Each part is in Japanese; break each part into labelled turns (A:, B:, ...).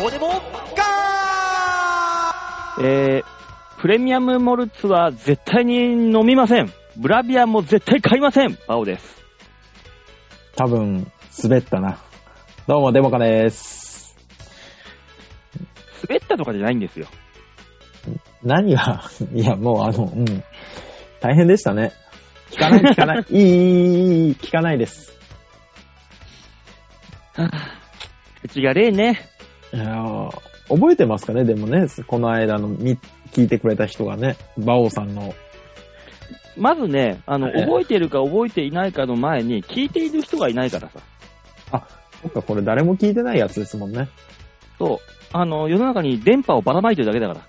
A: どうでもガー
B: えー、プレミアムモルツは絶対に飲みません。ブラビアも絶対買いません。青です。
C: 多分、滑ったな。どうも、デモカです。
B: 滑ったとかじゃないんですよ。
C: 何が、 いや、もうあの、うん。大変でしたね。聞 かない、聞かない。いい、いい、いい、聞かないです。
B: うちが例ね。
C: いやー覚えてますかねでもね、この間の、み、聞いてくれた人がね、バオさんの、
B: まずね、あの、
C: ええ
B: 覚えてるか覚えていないかの前に、聞いている人がいないからさ。
C: そっか、これ誰も聞いてないやつですもんね。
B: そう。あの、世の中に電波をばらまいてるだけだ から。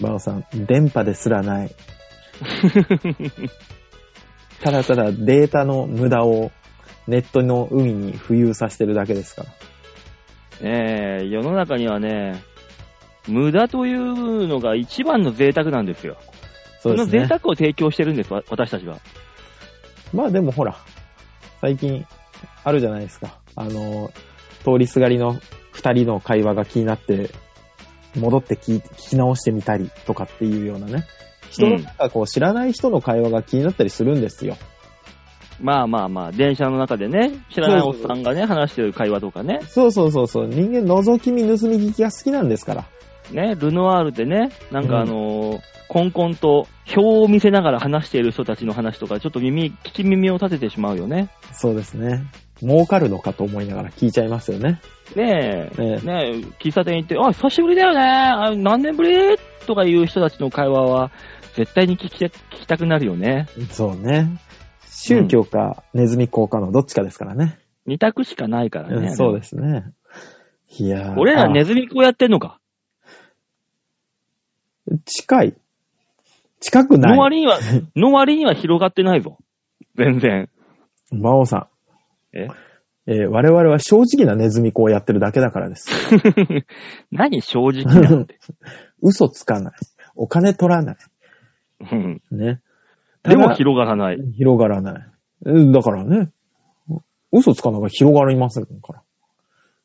C: バオさん、電波ですらない。ただただデータの無駄を、ネットの海に浮遊させてるだけですから。
B: えー、世の中にはね、無駄というのが一番の贅沢なんですよ。そ
C: そうで
B: の
C: す
B: 贅
C: ね。
B: 沢を提供してるんです、わ私たちは。
C: まあでもほら、最近、あるじゃないですか。あの、通りすがりの二人の会話が気になって、戻って聞い聞き直してみたりとかっていうようなね。人の、
B: うん
C: なんかこう、知らない人の会話が気になったりするんですよ。
B: まあまあまあ、電車の中でね、知らないおっさんがね、話してる会話とかね、
C: そうそうそうそう。人間、覗き見、盗み聞きが好きなんですから。
B: ね、ルノワールでね、なんかあのーコンコンと表を見せながら話している人たちの話とか、ちょっと耳、聞き耳を立ててしまうよね。
C: そうですね。儲かるのかと思いながら聞いちゃいますよね。
B: ねえ、
C: ね
B: ねえ、喫茶店行って、あ、久しぶりだよね、あ何年ぶりとかいう人たちの会話は、絶対に聞きた聞きたくなるよね。
C: そうね。宗教か、ネズミ効果のどっちかですからね。
B: 二択しかないからね。
C: うんそう
B: す。
C: ですね。いやー
B: 俺らネ
C: あ
B: ズミ子やってんのか。
C: 近い。近く
B: の
C: ない。
B: 割に は、の割には広がってないぞ。全然。
C: 馬王さ
B: え
C: ん、えー我々は正直なネズミ子をやってるだけだからです。
B: 何正直なん て。
C: 嘘つかない。お金取らない。
B: うん
C: ね。
B: でも
C: ただ
B: 広がらない。
C: 広がらない。うんだからね、嘘つかないから広がりませんから。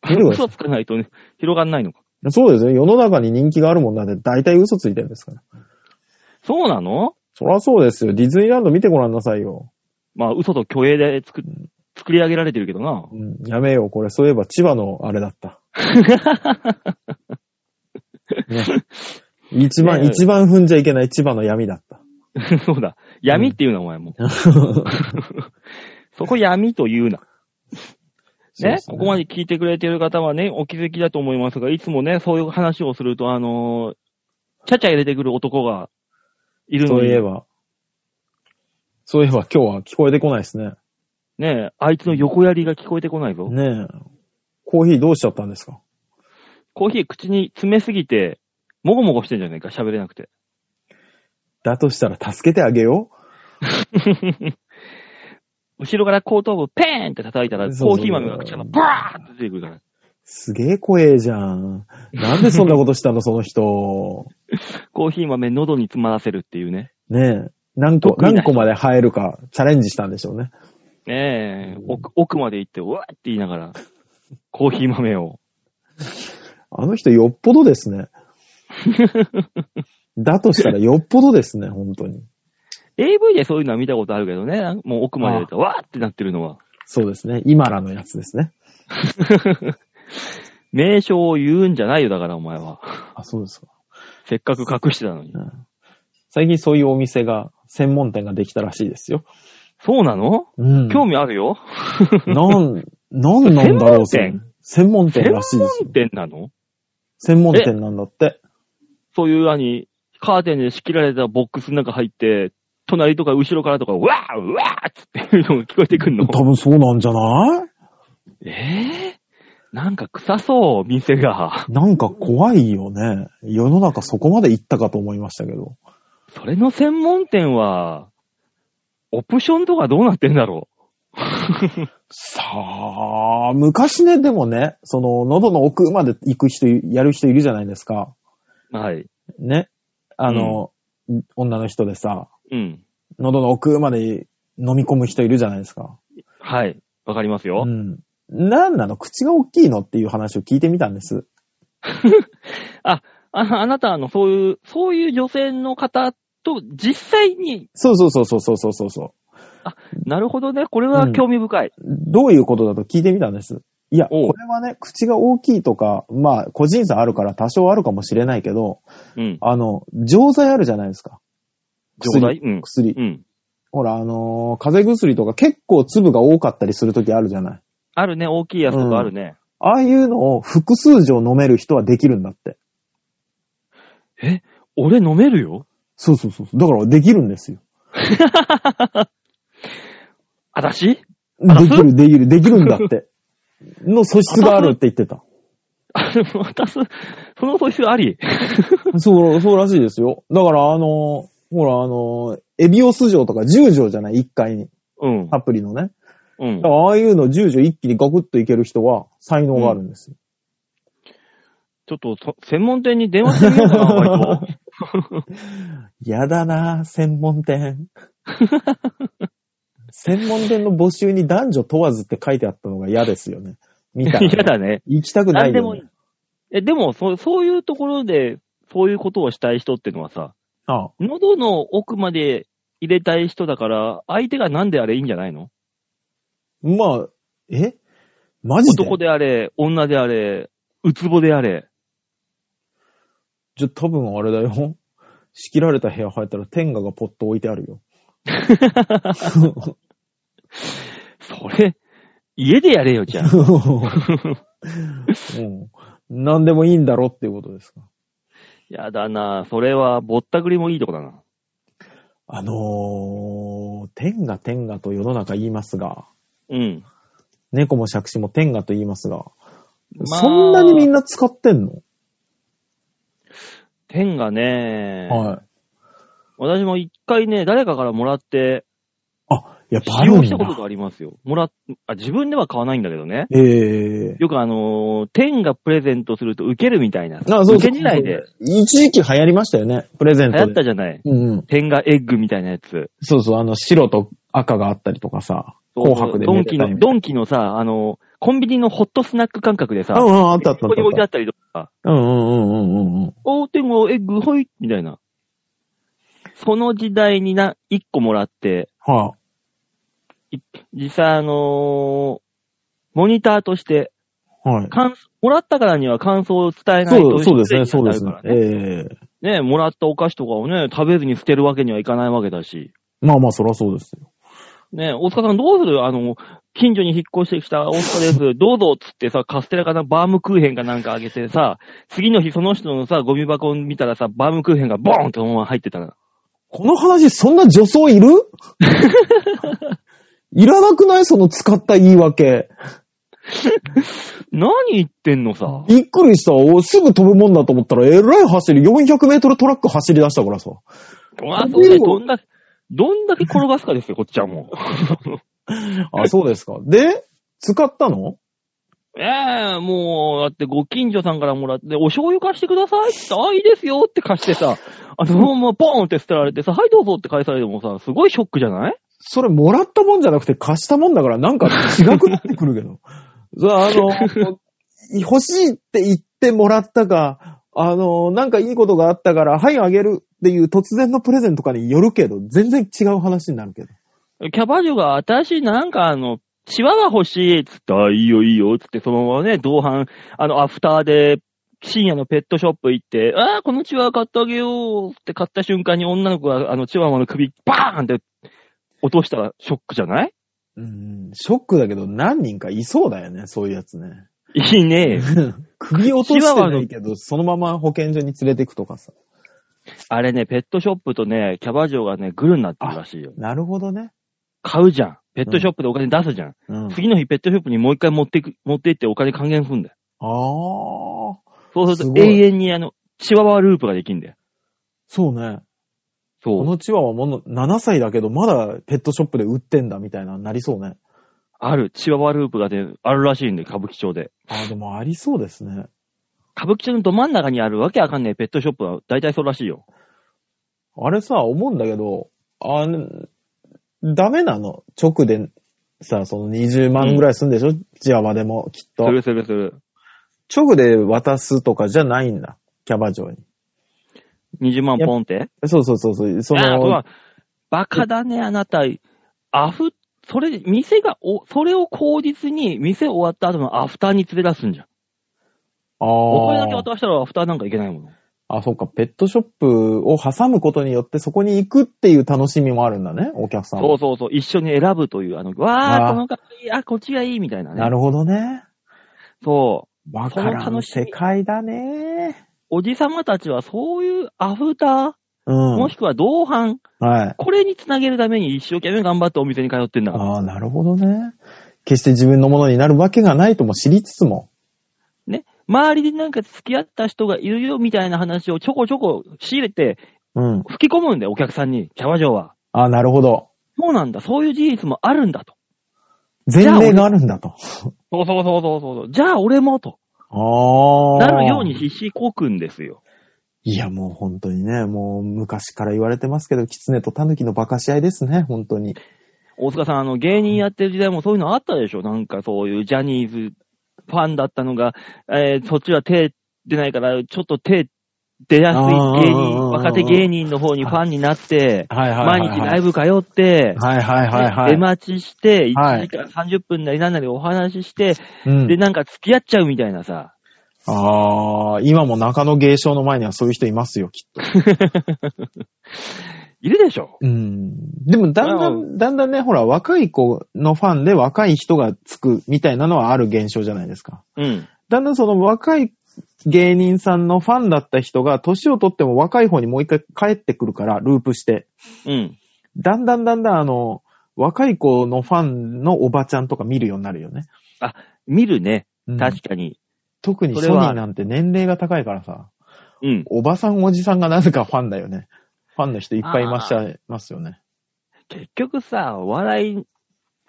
C: 見てください
B: 嘘つかないとね、広がんないのか。
C: そうですね。世の中に人気があるもんなんで、大体嘘ついてるんですから。
B: そうなの
C: そらそうですよ。ディズニーランド見てごらんなさいよ。
B: まあ、嘘と虚栄で作、作り上げられてるけどな
C: う。ん、やめよう。これ、そういえば千葉のあれだった。ね、一番、
B: ねえ
C: 一番踏んじゃいけない千葉の闇だった。
B: そうだ。闇っていうな、お前も。 そこ闇と言う な。ねここま
C: で。
B: で聞いてくれてる方はね、お気づきだと思いますが、いつもね、そういう話をすると、あのー、ちゃちゃ入れてくる男がいるの
C: そういえ
B: に、
C: ば。そういえば今日は聞こえてこないですね。
B: ね、あいつの横やりが聞こえてこないぞ。
C: ねえ。コーヒーどうしちゃったんですか
B: コーヒー口に詰めすぎて、もごもごしてんじゃねえか、喋れなくて。
C: だとしたら助けてあげよ
B: 後ろから後頭部ペーンって叩いたら、
C: そうそ
B: コ
C: う
B: ーヒー豆が口からバーって出てくるから。
C: う。すげえ怖えじゃん。なんでそんなことしたの、その人。
B: コーヒー豆喉に詰まらせるっていうね。
C: ねえ。何個、
B: 得意な人
C: 何個まで生えるかチャレンジしたんでしょうね。
B: ねえ、奥奥まで行って、うわーって言いながら、コーヒー豆を。
C: あの人よっぽどですね。だとしたらよっぽどですね、本当に。
B: AV でそういうのは見たことあるけどね、なんもう奥まで行って、わーってなってるのは。
C: そうですね。今らのやつですね。
B: 名称を言うんじゃないよ、だからお前は。
C: あ、そうですか。
B: せっかく隠してたのに。
C: うん最近そういうお店が、専門店ができたらしいですよ。
B: そうなの
C: うん
B: 興味あるよ。
C: なん、なんなんだろう、それ
B: 専。
C: 専門店
B: 専
C: らしいですよ
B: 門。店なの
C: 専門店なんだって。
B: そういう、あに、カーテンで仕切られたボックスの中入って、隣とか後ろからとか、うわーうわーっつっていうのが聞こえてくん の。
C: 多分そうなんじゃない
B: ええなんか臭そう、店が。
C: なんか怖いよね。世の中そこまで行ったかと思いましたけど。
B: それの専門店は、オプションとかどうなってんだろ
C: さあ、昔ね、でもね、その、喉の奥まで行く人、やる人いるじゃないですか。
B: う。はい。
C: ね。あの、女の人でさ、
B: うん。
C: 喉の奥まで飲み込む人いるじゃないですか。
B: はい。わかりますよ。
C: うん。なんなの口が大きいのっていう話を聞いてみたんです。
B: ああなたのそういう、そういう女性の方と実際に、
C: そうそうそうそうそうそうそう。
B: なるほどね、これは興味深い。
C: どういうことだと聞いてみたんです。いや、
B: おう
C: これはね、口が大きいとか、まあ、個人差あるから多少あるかもしれないけど、
B: うん。
C: あの、錠剤あるじゃないですか。
B: 状態
C: 薬
B: うん。
C: 薬。
B: うん。
C: ほら、あのー風邪薬とか結構粒が多かったりするときあるじゃない。
B: あるね、大きいやつとかあるね。
C: ああいうのを複数錠飲める人はできるんだって。
B: 俺飲めるよ
C: そうそうそう。だからできるんですよ。
B: あたしあら
C: できる、できる、できるんだって。の素質があるって言ってた。
B: あ、でも、渡す、その素質あり。
C: そう、そうらしいですよ。だから、あのーほら、あのーエビオス錠とか10錠じゃない、1回に。
B: うん。
C: アプリのね。
B: うん
C: だか。らああいうの10錠一気にガクッといける人は才能があるんですよ。
B: ちょっとそ、専門店に電話してみようかな、バイト。
C: やだなぁ、専門店。 専門店の募集に男女問わずって書いてあったのが嫌ですよね。見たら、
B: 嫌だね。
C: 行きたくな
B: 何
C: い
B: で
C: よ、
B: もいい
C: ね。。
B: え、でも、そう、そういうところで、そういうことをしたい人ってのはさ、
C: ああ
B: 喉の奥まで入れたい人だから、相手がなんであれいいんじゃないの
C: まあ、えマジで
B: 男であれ、女であれ、うつぼであれ。
C: じゃ、多分あれだよ。仕切られた部屋入ったら天下がポッと置いてある よ。
B: それ、家でやれよ、じゃ ん。
C: うん。何でもいいんだろっていうことですか。
B: やだなそれは、ぼったくりもいいとこだな。
C: あのー、天が天がと世の中言いますが、
B: うん。
C: 猫も杓子も天がと言いますが、
B: まあ
C: そんなにみんな使ってんの
B: 天がね、
C: はい。
B: 私も一回ね、誰かからもらって、
C: あ、やっぱあ
B: 使
C: る
B: 用
C: ん
B: した
C: だ
B: こ。とがありますよ。もらっ、あ、自分では買わないんだけどね。
C: ええ
B: よくあのー天がプレゼントすると受けるみたいな。
C: あそうそう
B: 受け時代で
C: 一時期流行りましたよね、プレゼン
B: 流
C: ト
B: 行っ
C: で。
B: たじゃない。
C: うんうん。
B: 天がエッグみたいなやつ。
C: そうそう、あの、白と赤があったりとかさ、紅白で
B: ド
C: 見
B: ン
C: て
B: キ
C: たり
B: の、ドンキのさ、あのーコンビニのホットスナック感覚でさ、
C: うんうん、あったあった
B: こ
C: あ
B: こ
C: っ
B: に置いてあ
C: たあっ
B: ったりとか、
C: た。うんうんうんうんうん。
B: おー、天がエッグ、はい、みたいな。その時代にな、一個もらって、
C: はい
B: 実際あのーモニターとして、
C: はい。
B: 感想もらったからには感想を伝えない
C: そ
B: と
C: う、そうですね、
B: 失
C: そう
B: 礼に
C: ですね
B: なる。か
C: え
B: らね
C: え
B: ねえもらったお菓子とかをね、食べずに捨てるわけにはいかないわけだし。
C: まあまあ、そらそうですよ。
B: ねえ大塚さんどうするあの、近所に引っ越してきた大塚です。どうぞっつってさ、カステラかな、バームクーヘンかなんかあげてさ、次の日その人のさ、ゴミ箱を見たらさ、バームクーヘンがボーンってま入ってたら。
C: この話、そんな女 装いるいらなくないその使った言い訳。
B: 何言ってんのさ。
C: びっくりした。おすぐ飛ぶもんだと思ったら、えらい走り、400メートルトラック走り出したからさ。
B: まあ、そうね、どんだけ、どんだけ転がすかですよ、こっちはもう。
C: あ、 そうですか。で、使ったの
B: ええもう、だってご近所さんからもらって、お醤油貸してくださいって、あ、いいですよって貸してさ、あの、そのままポーンって捨てられてさ、はいどうぞって返されてもさ、すごいショックじゃない
C: それもらったもんじゃなくて貸したもんだからなんか違くなってくるけ ど。そうあの、欲しいって言ってもらったか、あの、なんかいいことがあったから、はいあげるっていう突然のプレゼントとかによるけど、全然違う話になるけど。
B: キャバ嬢が私なんかあの、チワワ欲しいっつって、あ、いいよいいよっつって、そのままね、同伴、あの、アフターで、深夜のペットショップ行って、あーこのチワワ買ってあげようって買った瞬間に女の子が、あの、チワワの首、バーンって落としたらショックじゃない
C: うん、ショックだけど何人かいそうだよね、そういうやつね。
B: いいねえ。
C: 首落としてないけど、そのまま保健所に連れてくとかさ。
B: あれね、ペットショップとね、キャバ嬢がね、グルになってるらしいよ。
C: なるほどね。
B: 買うじゃん。ペットショップでお金出すじゃん。
C: うん。あ
B: 次の日ペットショップにもう一回持っていく、持って行ってお金還元すんだよ。
C: あ。
B: そうすると
C: すごい
B: 永遠にあの、チワワループができんだよ。
C: そうね。
B: そ
C: こ
B: う。
C: のチワワもの7歳だけど、まだペットショップで売ってんだみたいな、なりそうね。
B: ある、チワワループがね、あるらしいんだよ、歌舞伎町で。
C: ああ、でもありそうですね。
B: 歌舞伎町のど真ん中にあるわけわかんないペットショップは大体そうらしいよ。
C: あれさ、思うんだけど、あのダメなの。直でさ、その20万ぐらいすんでしょ、チワワでも、きっと
B: す。るするする。
C: 直で渡すとかじゃないんだ。キャバ嬢に。
B: 20万ポンって
C: そうそうそうそう。そ
B: ああ、
C: の、
B: バカだね、あなた。アフ、それ、店が、お、それを口実に、店終わった後のアフターに連れ出すんじゃん。
C: あ
B: お金だけ
C: ー
B: 渡したらアフターなんかいけないもの。
C: あ、そうか。ペットショップを挟むことによって、そこに行くっていう楽しみもあるんだね、お客さん
B: そう
C: も。
B: そうそう、一緒に選ぶという、あの、わ
C: あ
B: ー、
C: ー
B: このかいい、あ、こっちがいい、みたいなね。
C: なるほどね。
B: そ
C: わから
B: その
C: ん
B: 楽しみ
C: 世界だね。
B: う。おじさまたちはそういうアフター、
C: うん。
B: も
C: はい
B: しくは同伴、。
C: あ
B: これにつなげるために一生懸命頑張ってお店に通ってんだから。
C: あー、なるほどね。決して自分のものになるわけがないとも知りつつも。
B: 周りでなんか付き合った人がいるよ、みたいな話をちょこちょこ仕入れて、
C: うん。
B: 吹き込むんだよ、お客さんに、キャバ嬢は。
C: ああ、なるほど。
B: そうなんだ、そういう事実もあるんだと。
C: 前例があるんだと。
B: そうそうそうそうそう。じゃあ俺もと。
C: ああ。
B: なるように必死こくんですよ。
C: いや、もう本当にね、もう昔から言われてますけど、狐と狸の馬鹿し合いですね、本当に。
B: 大塚さん、あの、芸人やってる時代もそういうのあったでしょなんかそういうジャニーズファンだったのが、えー、そっちは手出ないから、ちょっと手出やすい芸
C: あ
B: 人、
C: ー
B: 若手芸人の方にファンになって、
C: はい
B: 毎日ライブ通って、
C: はいはいはいはい。
B: 出待ちして、
C: は
B: 1
C: い
B: 時間30分なりなんなりお話しして、
C: うん
B: で、なんか付き合っちゃうみたいなさ。
C: ああ、今も中野芸商の前にはそういう人いますよ、きっと。
B: いるでしょ
C: うん。でも、だんだ、
B: うん
C: だんだんね、ほら、若い子のファンで若い人がつくみたいなのはある現象じゃないですか。
B: うん。
C: だんだんその若い芸人さんのファンだった人が、年を取っても若い方にもう一回帰ってくるから、ループして。
B: うん。
C: だんだんだんだん、あの、若い子のファンのおばちゃんとか見るようになるよね。
B: 見るね。
C: うん
B: 確かに。
C: 特にソニーなんて年齢が高いからさ、
B: うん。
C: おばさんおじさんがなぜかファンだよね。ファンの人いっぱいいましちゃいますよね。
B: 結局さ、お笑いっ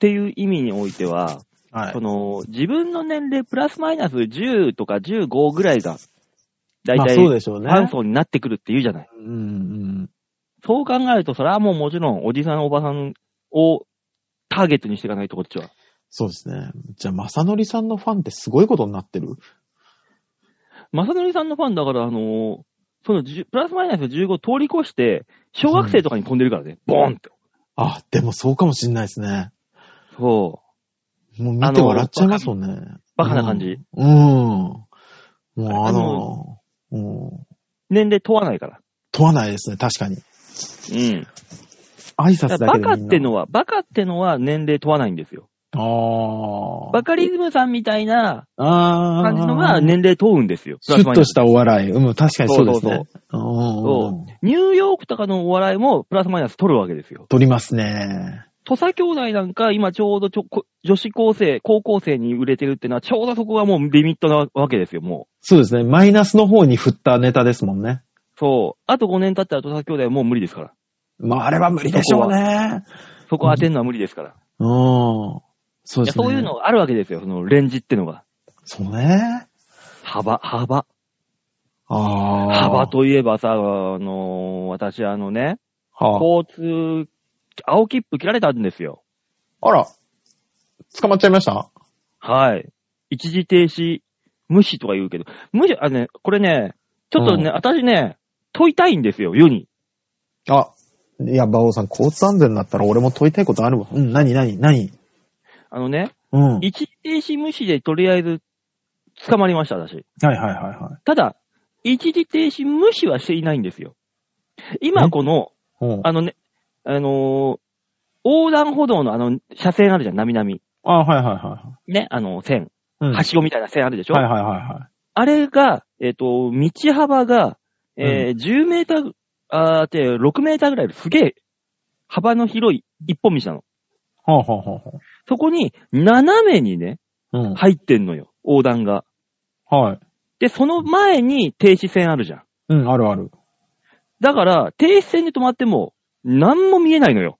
B: ていう意味においては、
C: はい
B: そ。の自分の年齢プラスマイナス10とか15ぐらいが、だい
C: まあ
B: たい
C: そうでしょうね。
B: 半層になってくるっていうじゃない。
C: うんうん。
B: そう考えると、それはもうもちろんおじさんおばさんをターゲットにしていかないと、こっちは。
C: そうですね。じゃあ、まさのりさんのファンってすごいことになってる
B: まさのりさんのファンだから、あのーその10プラスマイナス15通り越して、小学生とかに飛んでるからね、ボーンって。
C: あ、でもそうかもしんないですね。
B: そう。
C: もう見て笑っちゃいますもんね。
B: バカな感じ。
C: うん。もう
B: あ
C: あ
B: の
C: の、うん
B: 年齢問わないから。
C: 問わないですね、確かに。
B: うん。
C: 挨拶
B: だから
C: だけでみんな
B: バカってのは、バカってのは年齢問わないんですよ。
C: ああ。
B: バカリズムさんみたいな
C: ああ。
B: 感じのが年齢問うんですよ。
C: シュッとしたお笑い。うん、確かにそうですね。うんうんうん
B: ニューヨークとかのお笑いもプラスマイナス取るわけですよ。
C: 取りますね。
B: 土佐兄弟なんか今ちょうどちょこ女子高生、高校生に売れてるってのはちょうどそこがもうリミットなわけですよ、も
C: そうですね。マイナスの方に振ったネタですもんね。
B: う。そう。あと5年経ったら土佐兄弟はもう無理ですから。
C: まあ、あれは無理でしょうね。
B: そこ当てるのは無理ですから。
C: うん。そ
B: い
C: うで
B: や
C: すね。
B: そういうのがあるわけですよ、そのレンジってのが。
C: そうね。
B: 幅、幅。
C: ああ。
B: 幅。といえばさ、あのー私あのね、
C: は
B: 交通、青切符切られたんですよ。
C: あ、あら。捕まっちゃいました
B: はい。一時停止、無視とか言うけど、無視、あのね、これね、ちょっとね、
C: うん
B: 私ね、問いたいんですよ、世に。
C: あ、いや、馬王さん、交通安全だったら俺も問いたいことあるわ。うん、なになになに
B: あのね、
C: うん。はい
B: 一時停止無視でとりあえず捕まりました、私。
C: はいはいは
B: ただ、一時停止無視はしていないんですよ。今
C: え
B: この、
C: い。うん。
B: あのね、あのー横断歩道のあの、車線あるじゃん、なみなみ。
C: あ、はいはいは
B: ね、あの、線。
C: い。うん。
B: はしごみたいな線あるでしょ、
C: はいはいはいは
B: あれが、えっ、と、道幅が、えー10メーター、あーて、6メーターぐらいあるすげえ、幅の広い一本道なの。
C: い。はあはあはあは
B: そこに、斜めにね、
C: あ。うん。
B: 入ってんのよ、横断が。
C: はい。
B: で、その前に停止線あるじゃん。
C: うん、あるある。
B: だから、停止線で止まっても、何も見えないのよ。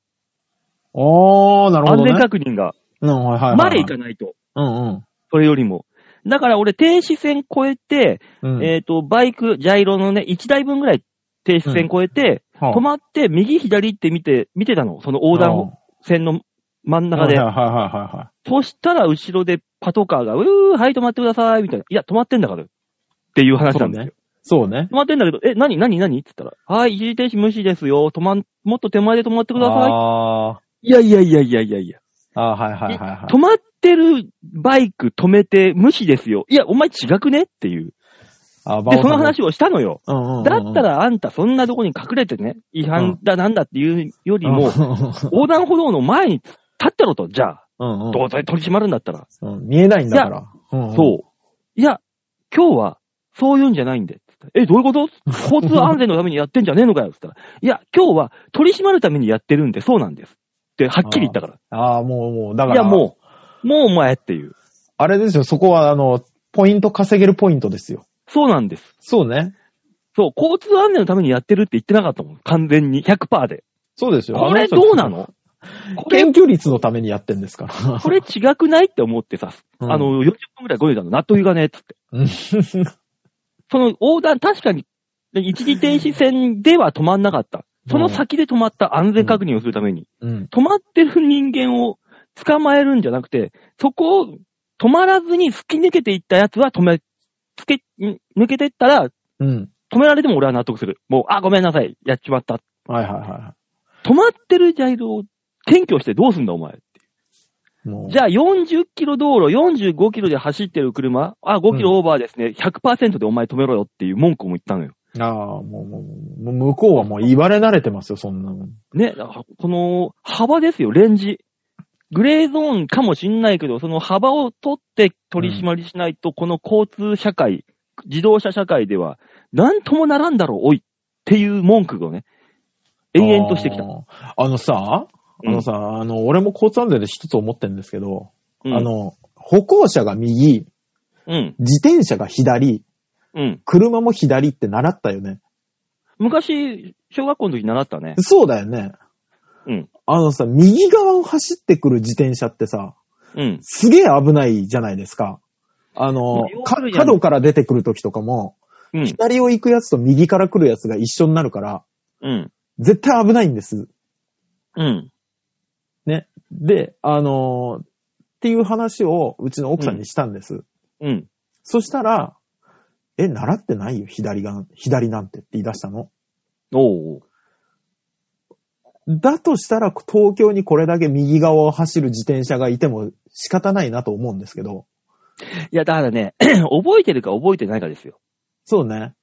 C: あー、なるほ
B: 安
C: どね。
B: 全確認が。
C: うん、はいはいはい。
B: 前行かないと。
C: うん
B: それよりも。だから俺、停止線越えて、
C: うん。うん、
B: えっ、と、バイク、ジャイロのね、1台分ぐらい停止線越えて、
C: はあ
B: 止まって、右左って見て、見てたの。その横断
C: は
B: 線の真ん中
C: はい
B: で
C: はい。はいは
B: そしたら後ろでパトカーが、うー、はい、止まってください、みたいな。いや、止まってんだから。っていう話なんですよ。
C: い。そうね。
B: 止まってんだけど、え、何、何、何って言ったら、はい、一時停止無視ですよ。止まん、もっと手前で止まってくださ
C: あー
B: い。いやいやいやいやいやいや。
C: あー、はいはいはいはい
B: 止。まってるバイク止めて無視ですよ。いや、お前違くねっていう。
C: あー
B: で、その、話をしたのよ。
C: 馬王さんうんうんう
B: だ
C: ん
B: った、らあんたそんなとこに隠れてね、違反だなんだっていうよりも、
C: う
B: 横断歩道の前に立ってろと、じゃあ、
C: んうん
B: どうせ取り締まるんだったら。
C: うん見えないんだから。うんうん
B: そう。いや、今日は、そういうんじゃないんで。つってえ、どういう こと交通安全のためにやってんじゃねえのかよつったら。いや、今日は取り締まるためにやってるんで、そうなんです。って、はっきり言ったから。
C: ああ、もう、もう、だか
B: い
C: ら、
B: や、もう、もうお前っていう。
C: あれですよ、そこは、あの、ポイント稼げるポイントですよ。
B: そうなんです。
C: そうね。
B: そう、交通安全のためにやってるって言ってなかったもん。完全に。100%で。
C: そうですよ。
B: これ
C: あ人
B: どうなのこれ
C: 研、究率のためにやってんですから。
B: これ違くないって思ってさ、
C: う ん
B: あ、の、40分くらいごえたの、納得いかねえっつって。
C: うん
B: その横断、確かに、一時停止線では止まんなかった。その先で止まった安全確認をするために、
C: うん。
B: 止まってる人間を捕まえるんじゃなくて、そこを止まらずに突き抜けていったやつは止め、つけ、ん抜けてったら、
C: うん。
B: 止められても俺は納得する。もう、あ、ごめんなさい、やっちまった。
C: はいはいは
B: 止まってるジャイロを検挙してどうすんだ、お前。
C: い。もう
B: じゃあ40キロ道路、45キロで走ってる車、あ、5キロオーバーですね、100%でお前止めろよっていう文句も言ったのよ。
C: ああ、もう、もう、もう向こうはもう言われ慣れてますよ、そんなの。
B: ね、だからこの幅ですよ、レンジ。グレーゾーンかもしんないけど、その幅を取って取り締まりしないと、この交通社会、自動車社会では、なんともならんだろう、おいっていう文句をね、延々としてきた。
C: あーあのさ、あのさ、あの、俺も交通安全で一つ思ってるんですけど、
B: うん、
C: あ、の、歩行者が右、
B: うん、
C: 自転車が左、
B: うん。
C: 車も左って習ったよね。
B: 昔、小学校の時習ったね。
C: そうだよね。
B: うん。
C: あのさ、右側を走ってくる自転車ってさ、
B: うん。
C: すげえ危ないじゃないですか。あ
B: ま
C: の
B: あよ、く
C: か
B: あるじゃん
C: 角から出てくる時とかも、
B: うん。
C: 左を行くやつと右から来るやつが一緒になるから、
B: うん。
C: 絶対危ないんです。
B: うん。
C: で、あのーっていう話をうちの奥さんにしたんです。
B: うん。
C: そしたら、え、習ってないよ、左が、左なんてって言い出したの。
B: おう。
C: だとしたら、東京にこれだけ右側を走る自転車がいても仕方ないなと思うんですけど。
B: いや、だからね、 覚えてるか覚えてないかですよ。
C: そうね。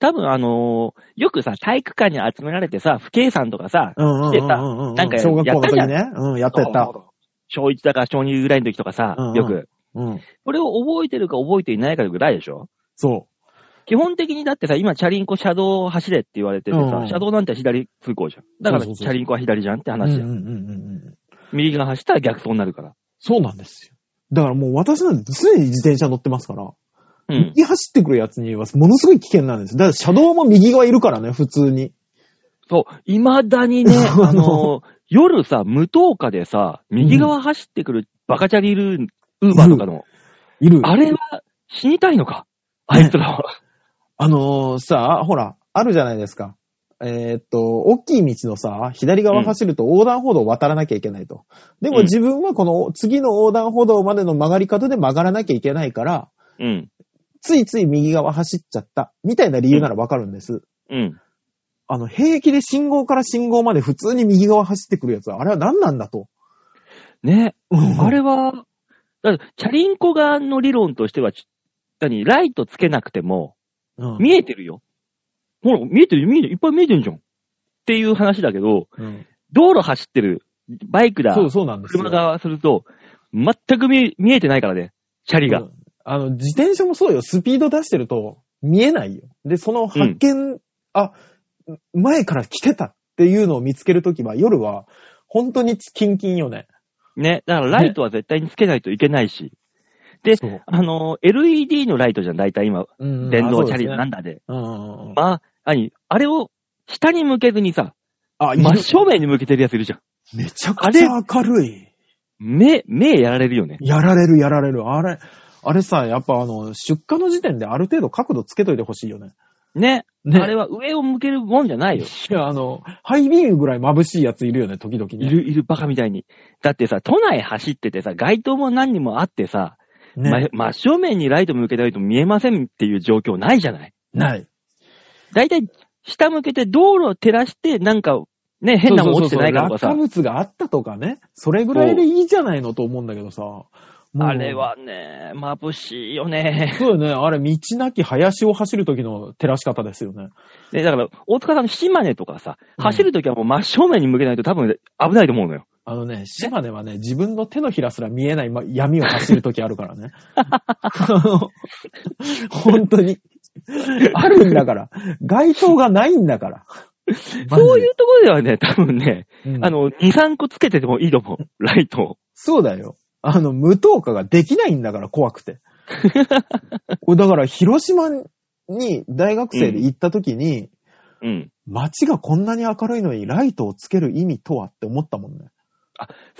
B: 多分、あのーよくさ、体育館に集められてさ、不敬さんとかさ、
C: うんうんうんうんうん。
B: なんかや
C: 小学校の
B: やったじゃ
C: 時
B: ん
C: ね。うん、やったやった。
B: 小1だか小2ぐらいの時とかさ、
C: うんうん
B: よく。
C: うん。
B: これを覚えてるか覚えていないかぐらいでしょ
C: そ
B: 基本的にだってさ、今、チャリンコ車道を走れって言われててさ、
C: うんうん
B: 車道なんて左通行じゃん。だから、
C: そうそうそう
B: チャリンコは左じゃんって
C: う。うんう
B: 話
C: ん
B: じ
C: う
B: ゃ
C: ん
B: ん。
C: うんうん。
B: 右側走ったら逆走になるから。
C: そうなんですよ。だからもう私なんて常に自転車乗ってますから、
B: うん。
C: 右走ってくるやつにはものすごい危険なんです。だから車道も右側いるからね、普通に。
B: そう、未だにね、あのー夜さ、無灯火でさ、右側走ってくるバカチャリいる、ウーバーとかの、
C: いる。
B: あれは死にたいのかあいつらは。
C: あのーさ、ほら、あるじゃないですか。えーっと、大きい道のさ、左側走ると横断歩道を渡らなきゃいけないと。で
B: う
C: も
B: ん
C: 自分はこの次の横断歩道までの曲がり方で曲がらなきゃいけないから、
B: うん。
C: ついつい右側走っちゃった、みたいな理由ならわかるんです。
B: うん。
C: あの、平気で信号から信号まで普通に右側走ってくるやつは、あれは何なんだと。
B: ね。あ
C: あ
B: れは、だからチャリンコ側の理論としては、ち何ライトつけなくても、
C: うん
B: 見えてるよ。ほら、見えてる、見えてる、いっぱい見えてるじゃん。っていう話だけど、
C: うん
B: 道路走ってる、バイクだ、
C: そう、そうなんですよ。
B: 車側すると、全く見え見えてないからね、チャリが。
C: うんあの、自転車もそうよ。スピード出してると見えないよ。で、その発見、あ、前から来てたっていうのを見つけるときは、夜は、本当にキンキンよね。
B: ね。だからライトは絶対につけないといけないし。で、
C: そう。
B: あの、LED のライトじゃん、大体今、
C: うん
B: 電動チャリ
C: あ
B: なんだで。
C: そうですねうんうんうん。
B: まあ、何あれを下に向けずにさ、
C: あ、いる
B: 真正面に向けてるやついるじゃん。
C: めちゃくちゃ明るい。
B: 目、目やられるよね。
C: やられる、やられる。あれ、あれさ、やっぱあの、出荷の時点である程度角度つけといてほしいよね。
B: ね。
C: ね
B: あれは上を向けるもんじゃないよ。
C: いや、あの、ハイビームぐらい眩しいやついるよね、時々ね。
B: い。る、いるバカみたいに。だってさ、都内走っててさ、街灯も何にもあってさ、
C: ね。
B: ま真正面にライト向けないと見えませんっていう状況ないじゃない。
C: ない。
B: だいたい下向けて道路を照らして、なんか、ね、変なもん落ちてないかとか
C: そう
B: さ
C: そう。そう落下物があったとかね。それぐらいでいいじゃないのと思うんだけどさ。もう
B: あれ。はね、眩しいよね。
C: そうよね。あれ、道なき林を走る時の照らし方ですよね。
B: で、だから、大塚さんの島根とかさ、
C: うん
B: 走るときはもう真正面に向けないと多分危ないと思うのよ。
C: あのね、島根はね、自分の手のひらすら見えないま闇を走る時あるか らね。あの本当 に。あるんだから。街灯がないんだから。
B: そういうところではね、 多分ね、
C: マジで、うん
B: あの、2、3個つけててもいいと思 う。ライトを。
C: そうだよ。あの、無灯火ができないんだから怖く て。俺だから、広島に大学生で行った時に、
B: うん。
C: 街がこんなに明るいのにライトをつける意味とはって思ったもんね。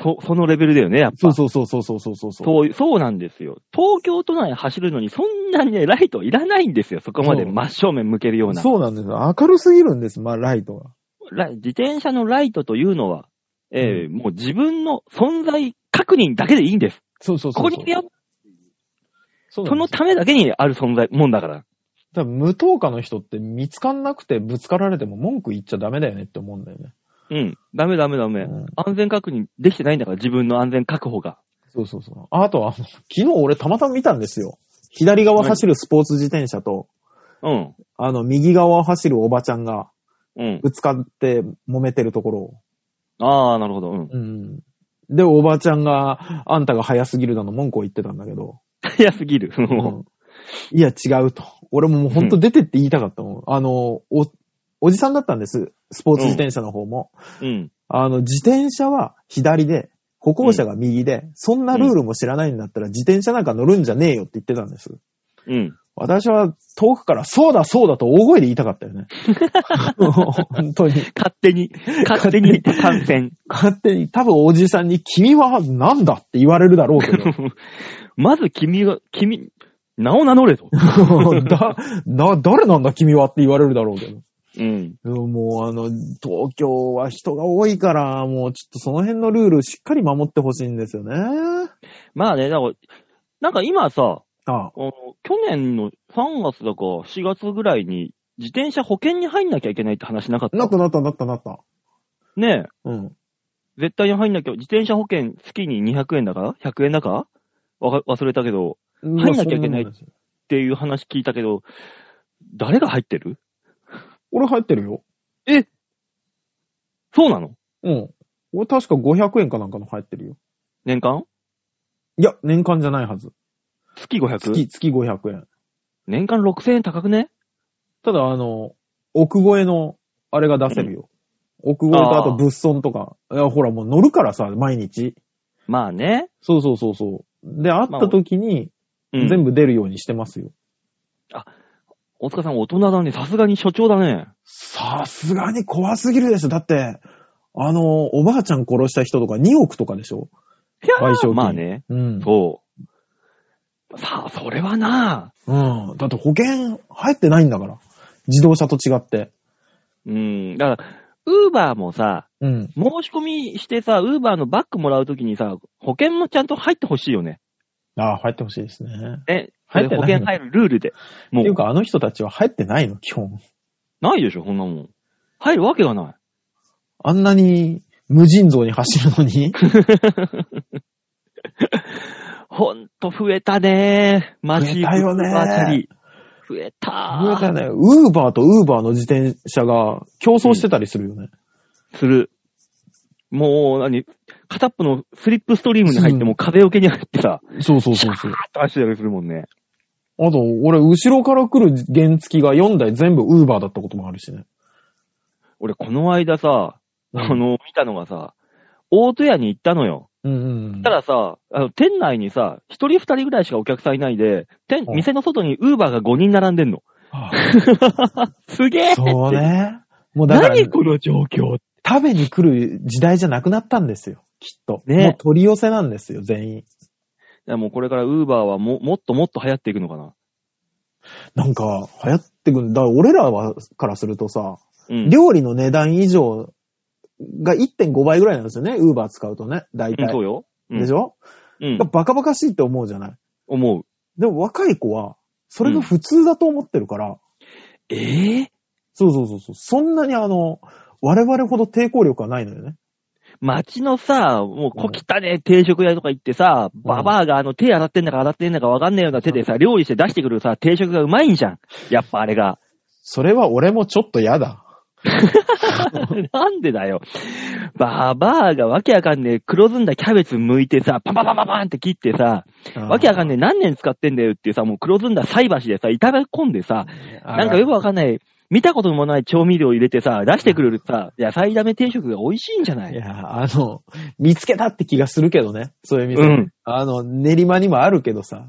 B: そ、そのレベルだよね、やっぱ。
C: そうそうそうそうそうそうそう。そう
B: そう、そうなんですよ。東京都内走るのにそんなにね、ライトいらないんですよ。そこまで
C: そう
B: 真正面向けるような。
C: なんですよ。明るすぎるんです、まあ、ライトが。
B: ラ自転車のライトというのは、えーもう自分の存在確認だけでいいんです。
C: そうそうそ
B: こ
C: う。
B: こにいるよ
C: そう
B: そ
C: なんで
B: の
C: すよ
B: ためだけにある存在、もんだから。
C: 多分無灯火の人って見つかんなくてぶつかられても文句言っちゃダメだよねって思うんだよね。
B: うん。ダメダメダメ。
C: うん
B: 安全確認できてないんだから、自分の安全確保が。
C: そうそうそう。あとは、あの昨日俺たまたま見たんですよ。左側走るスポーツ自転車と、
B: うん。
C: あの、右側を走るおばちゃんが
B: うん。
C: ぶつかって揉めてるところを。
B: ああ、なるほど。うん。
C: うん。で、おばちゃんが、あんたが早すぎるだの文句を言ってたんだけど。
B: 早すぎる。も
C: いや、違うと。俺ももうほんと出てって言いたかったもん。あの、お、おじさんだったんです。スポーツ自転車の方も。
B: ううん。
C: あの、自転車は左で、歩行者が右で、そんなルールも知らないんだったら自転車なんか乗るんじゃねえよって言ってたんです。
B: うん。
C: 私は遠くから、そうだそうだと大声で言いたかったよね。本当に。
B: 勝手に、勝手に参戦。
C: 勝手に、多分おじさんに君はなんだって言われるだろう けど。
B: まず君が、君、名を名乗れと。
C: だ、な、誰なんだ君はって言われるだろうけど。
B: うん。
C: もうあの、東京は人が多いから、もうちょっとその辺のルールしっかり守ってほしいんですよね。
B: まあね、だから、なんか今さ、
C: ああ
B: あの去年の3月だか4月ぐらいに、自転車保険に入んなきゃいけないって話なかった。
C: なったなったなったなった。
B: ねえ、
C: うん。
B: 絶対に入んなきゃ、自転車保険月に200円だか ?100 円だかわか忘れたけど、入んなきゃいけない
C: まあ。そんもんですよ
B: っていう話聞いたけど、誰が入ってる
C: 俺入ってるよ。
B: そうなの
C: うん。俺確か500円かなんかの入ってるよ。
B: 年間
C: いや、年間じゃないはず。
B: 月 500?
C: 月、月500円。
B: 年間6000円高くね
C: ただ、あの、億超えの、あれが出せるよ。億超えとあと物損とか。いや、ほら、もう乗るからさ、毎日。
B: まあね。
C: そうそうそうそう。で、会った時に、
B: うん、
C: 全部出るようにしてますよ。
B: 大塚さん大人だね。さすがに所長だね。
C: さすがに怖すぎるでしょ。だって、あの、おばあちゃん殺した人とか2億とかでしょ賠償金
B: まあね。
C: うん。
B: そう。さあ、それはな
C: うん。だって保険入ってないんだから。自動車と違って。
B: うん。だから、ウーバーもさ、
C: うん。
B: 申し込みしてさ、ウーバーのバッグもらうときにさ、保険もちゃんと入ってほしいよね。
C: ああ、入ってほしいですね。
B: え、
C: 入って
B: 保
C: ない
B: 険
C: の
B: 入るルールで。も
C: っ
B: う
C: ていう、か、あの人たちは入ってないの、基本。
B: ないでしょ、こんなもん。入るわけがない。
C: あんなに無尽蔵に走るのに。
B: ほんと増えたねー。マジ
C: 増えたよねー
B: 増えた
C: これ
B: ー。
C: だね、ウーバーとウーバーの自転車が競争してたりするよね。
B: する。もう、何片っぽのスリップストリームに入ってもう壁受けに入ってさ、
C: そうそうそうそう。
B: パッと走ったりするもんね。
C: あと、俺、後ろから来る原付が4台全部ウーバーだったこともあるしね。
B: 俺、この間さ、
C: うん
B: あの、見たのがさ、大戸屋に行ったのよ。
C: うんうんうん。
B: たださ、あの、店内にさ、一人二人ぐらいしかお客さんいないで、店、
C: うん
B: 店の外にウーバーが5人並んでんの。
C: はあ、
B: すげえ
C: そ うね。もうだから、
B: 何
C: 食
B: この状況
C: べに来る時代じゃなくなったんですよ。きっと。
B: ね
C: もう取り寄せなんですよ、全員。
B: いやもうこれからウーバーはももっともっと流行っていくのかな。
C: なんか、流行ってくんだ。俺らは、からするとさ、
B: うん。
C: 料理の値段以上が1.5倍ぐらいなんですよね。ウーバー使うとね。大
B: うんそ
C: 体。
B: うよ。うん
C: でしょ、
B: うん
C: だからバカバカしいって思うじゃない。
B: 思う。
C: でも若い子は、それが普通だと思ってるから、
B: ええ
C: そうそうそうそう。そんなにあの、我々ほど抵抗力はないのよね。
B: 街のさ、もう小汚ね定食屋とか行ってさ、ババアがあの手洗ってんだか洗ってんだかわかんないような手でさ、料理して出してくるさ、定食がうまいんじゃん。やっぱあれ が。
C: それは俺もちょっと嫌だ。
B: なんでだよ。ババアがわけわかんねえ黒ずんだキャベツ剥いてさ、パンパンパンパンパンって切ってさ、わけわかん
C: ね
B: ねえ何年使ってんだよっていうさ、もう黒ずんだ菜箸でさ、炒め込んでさ、
C: え。
B: なんかよくわかんない、見たこともない調味料入れてさ、出してくれるさ、野菜炒め定食が美味しいんじゃないい
C: や、あの、見つけたって気がするけどね。そういう店。
B: うん
C: あの、練馬にもあるけどさ。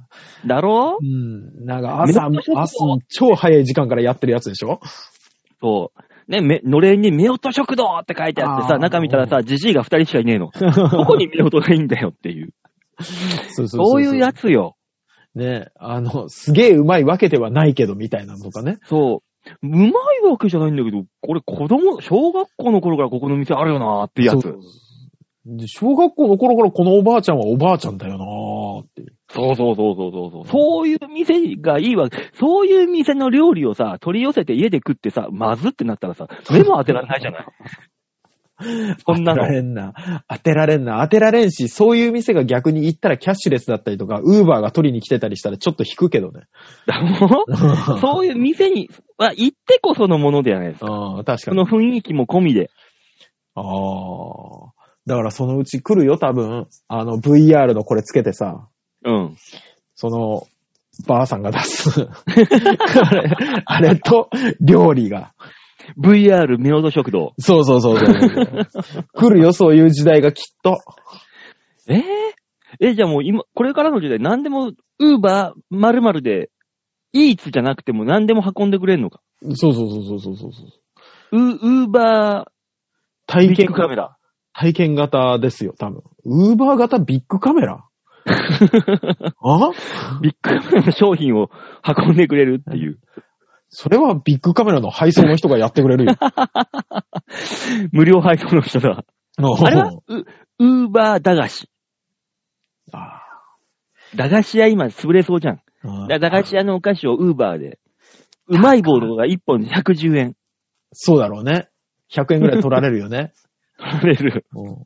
B: だろ
C: うん。なんか朝、
B: めっちゃ
C: 朝、超早い時間からやってるやつでしょ
B: そう。ね、め、のれんに、目音食堂って書いてあって
C: あ
B: さ、
C: ー
B: 中見たらさ、じじいが二人しかいねえ の。どこに目音がいいんだよっていう。
C: そうそ
B: そういうやつよ。
C: ねあの、すげえうまいわけではないけど、みたいなのとかね。
B: そう。うまいわけじゃないんだけど、これ子供、小学校の頃からここの店あるよなーってやつ。
C: そ
B: そうう
C: で小学校の頃からこのおばあちゃんはおばあちゃんだよなーっていう。
B: そうそうそうそうそう。そういう店がいいわけ。そういう店の料理をさ、取り寄せて家で食ってさ、まずってなったらさ、目も当てられないじゃない。 そんな
C: 当てら
B: の。
C: れんな。当てられんな。当てられんし、そういう店が逆に行ったらキャッシュレスだったりとか、ウーバーが取りに来てたりしたらちょっと引くけどね。
B: だ もんそういう店に、は行ってこそのものではないですか。
C: うん、確か
B: そ
C: に。
B: の雰囲気も込みで。
C: ああ。だからそのうち来るよ、多分。あの、VR のこれつけてさ、
B: うん。
C: その、ばあさんが出 す。あれ、あれと、料理が。
B: VR ミオド食堂。
C: そうそうそうそうそう。 来るよ、そういう時代がきっと。
B: えー、え、じゃあもう今、これからの時代、何でも、ウーバー〇〇で、イーツじゃなくても何でも運んでくれんのか。
C: そうそうそうそうそうそう。
B: ウ、ウーバー、
C: 体
B: ビッ
C: 験
B: グカメラ。
C: 体験型ですよ、多分。ウーバー型ビッグカメ ラあ
B: ビッグカメラの商品を運んでくれるっていう。
C: それはビッグカメラの配送の人がやってくれ るよ。
B: 無料配送の人だ。あれはウ、ウーバー駄菓子。
C: あ
B: 駄菓子屋今潰れそうじゃん。
C: ー
B: だ駄菓子屋のお菓子をウーバーで。うまい棒とかが1本で110円。
C: そうだろうね。100円ぐらい取られる よね。
B: 取られる。
C: うん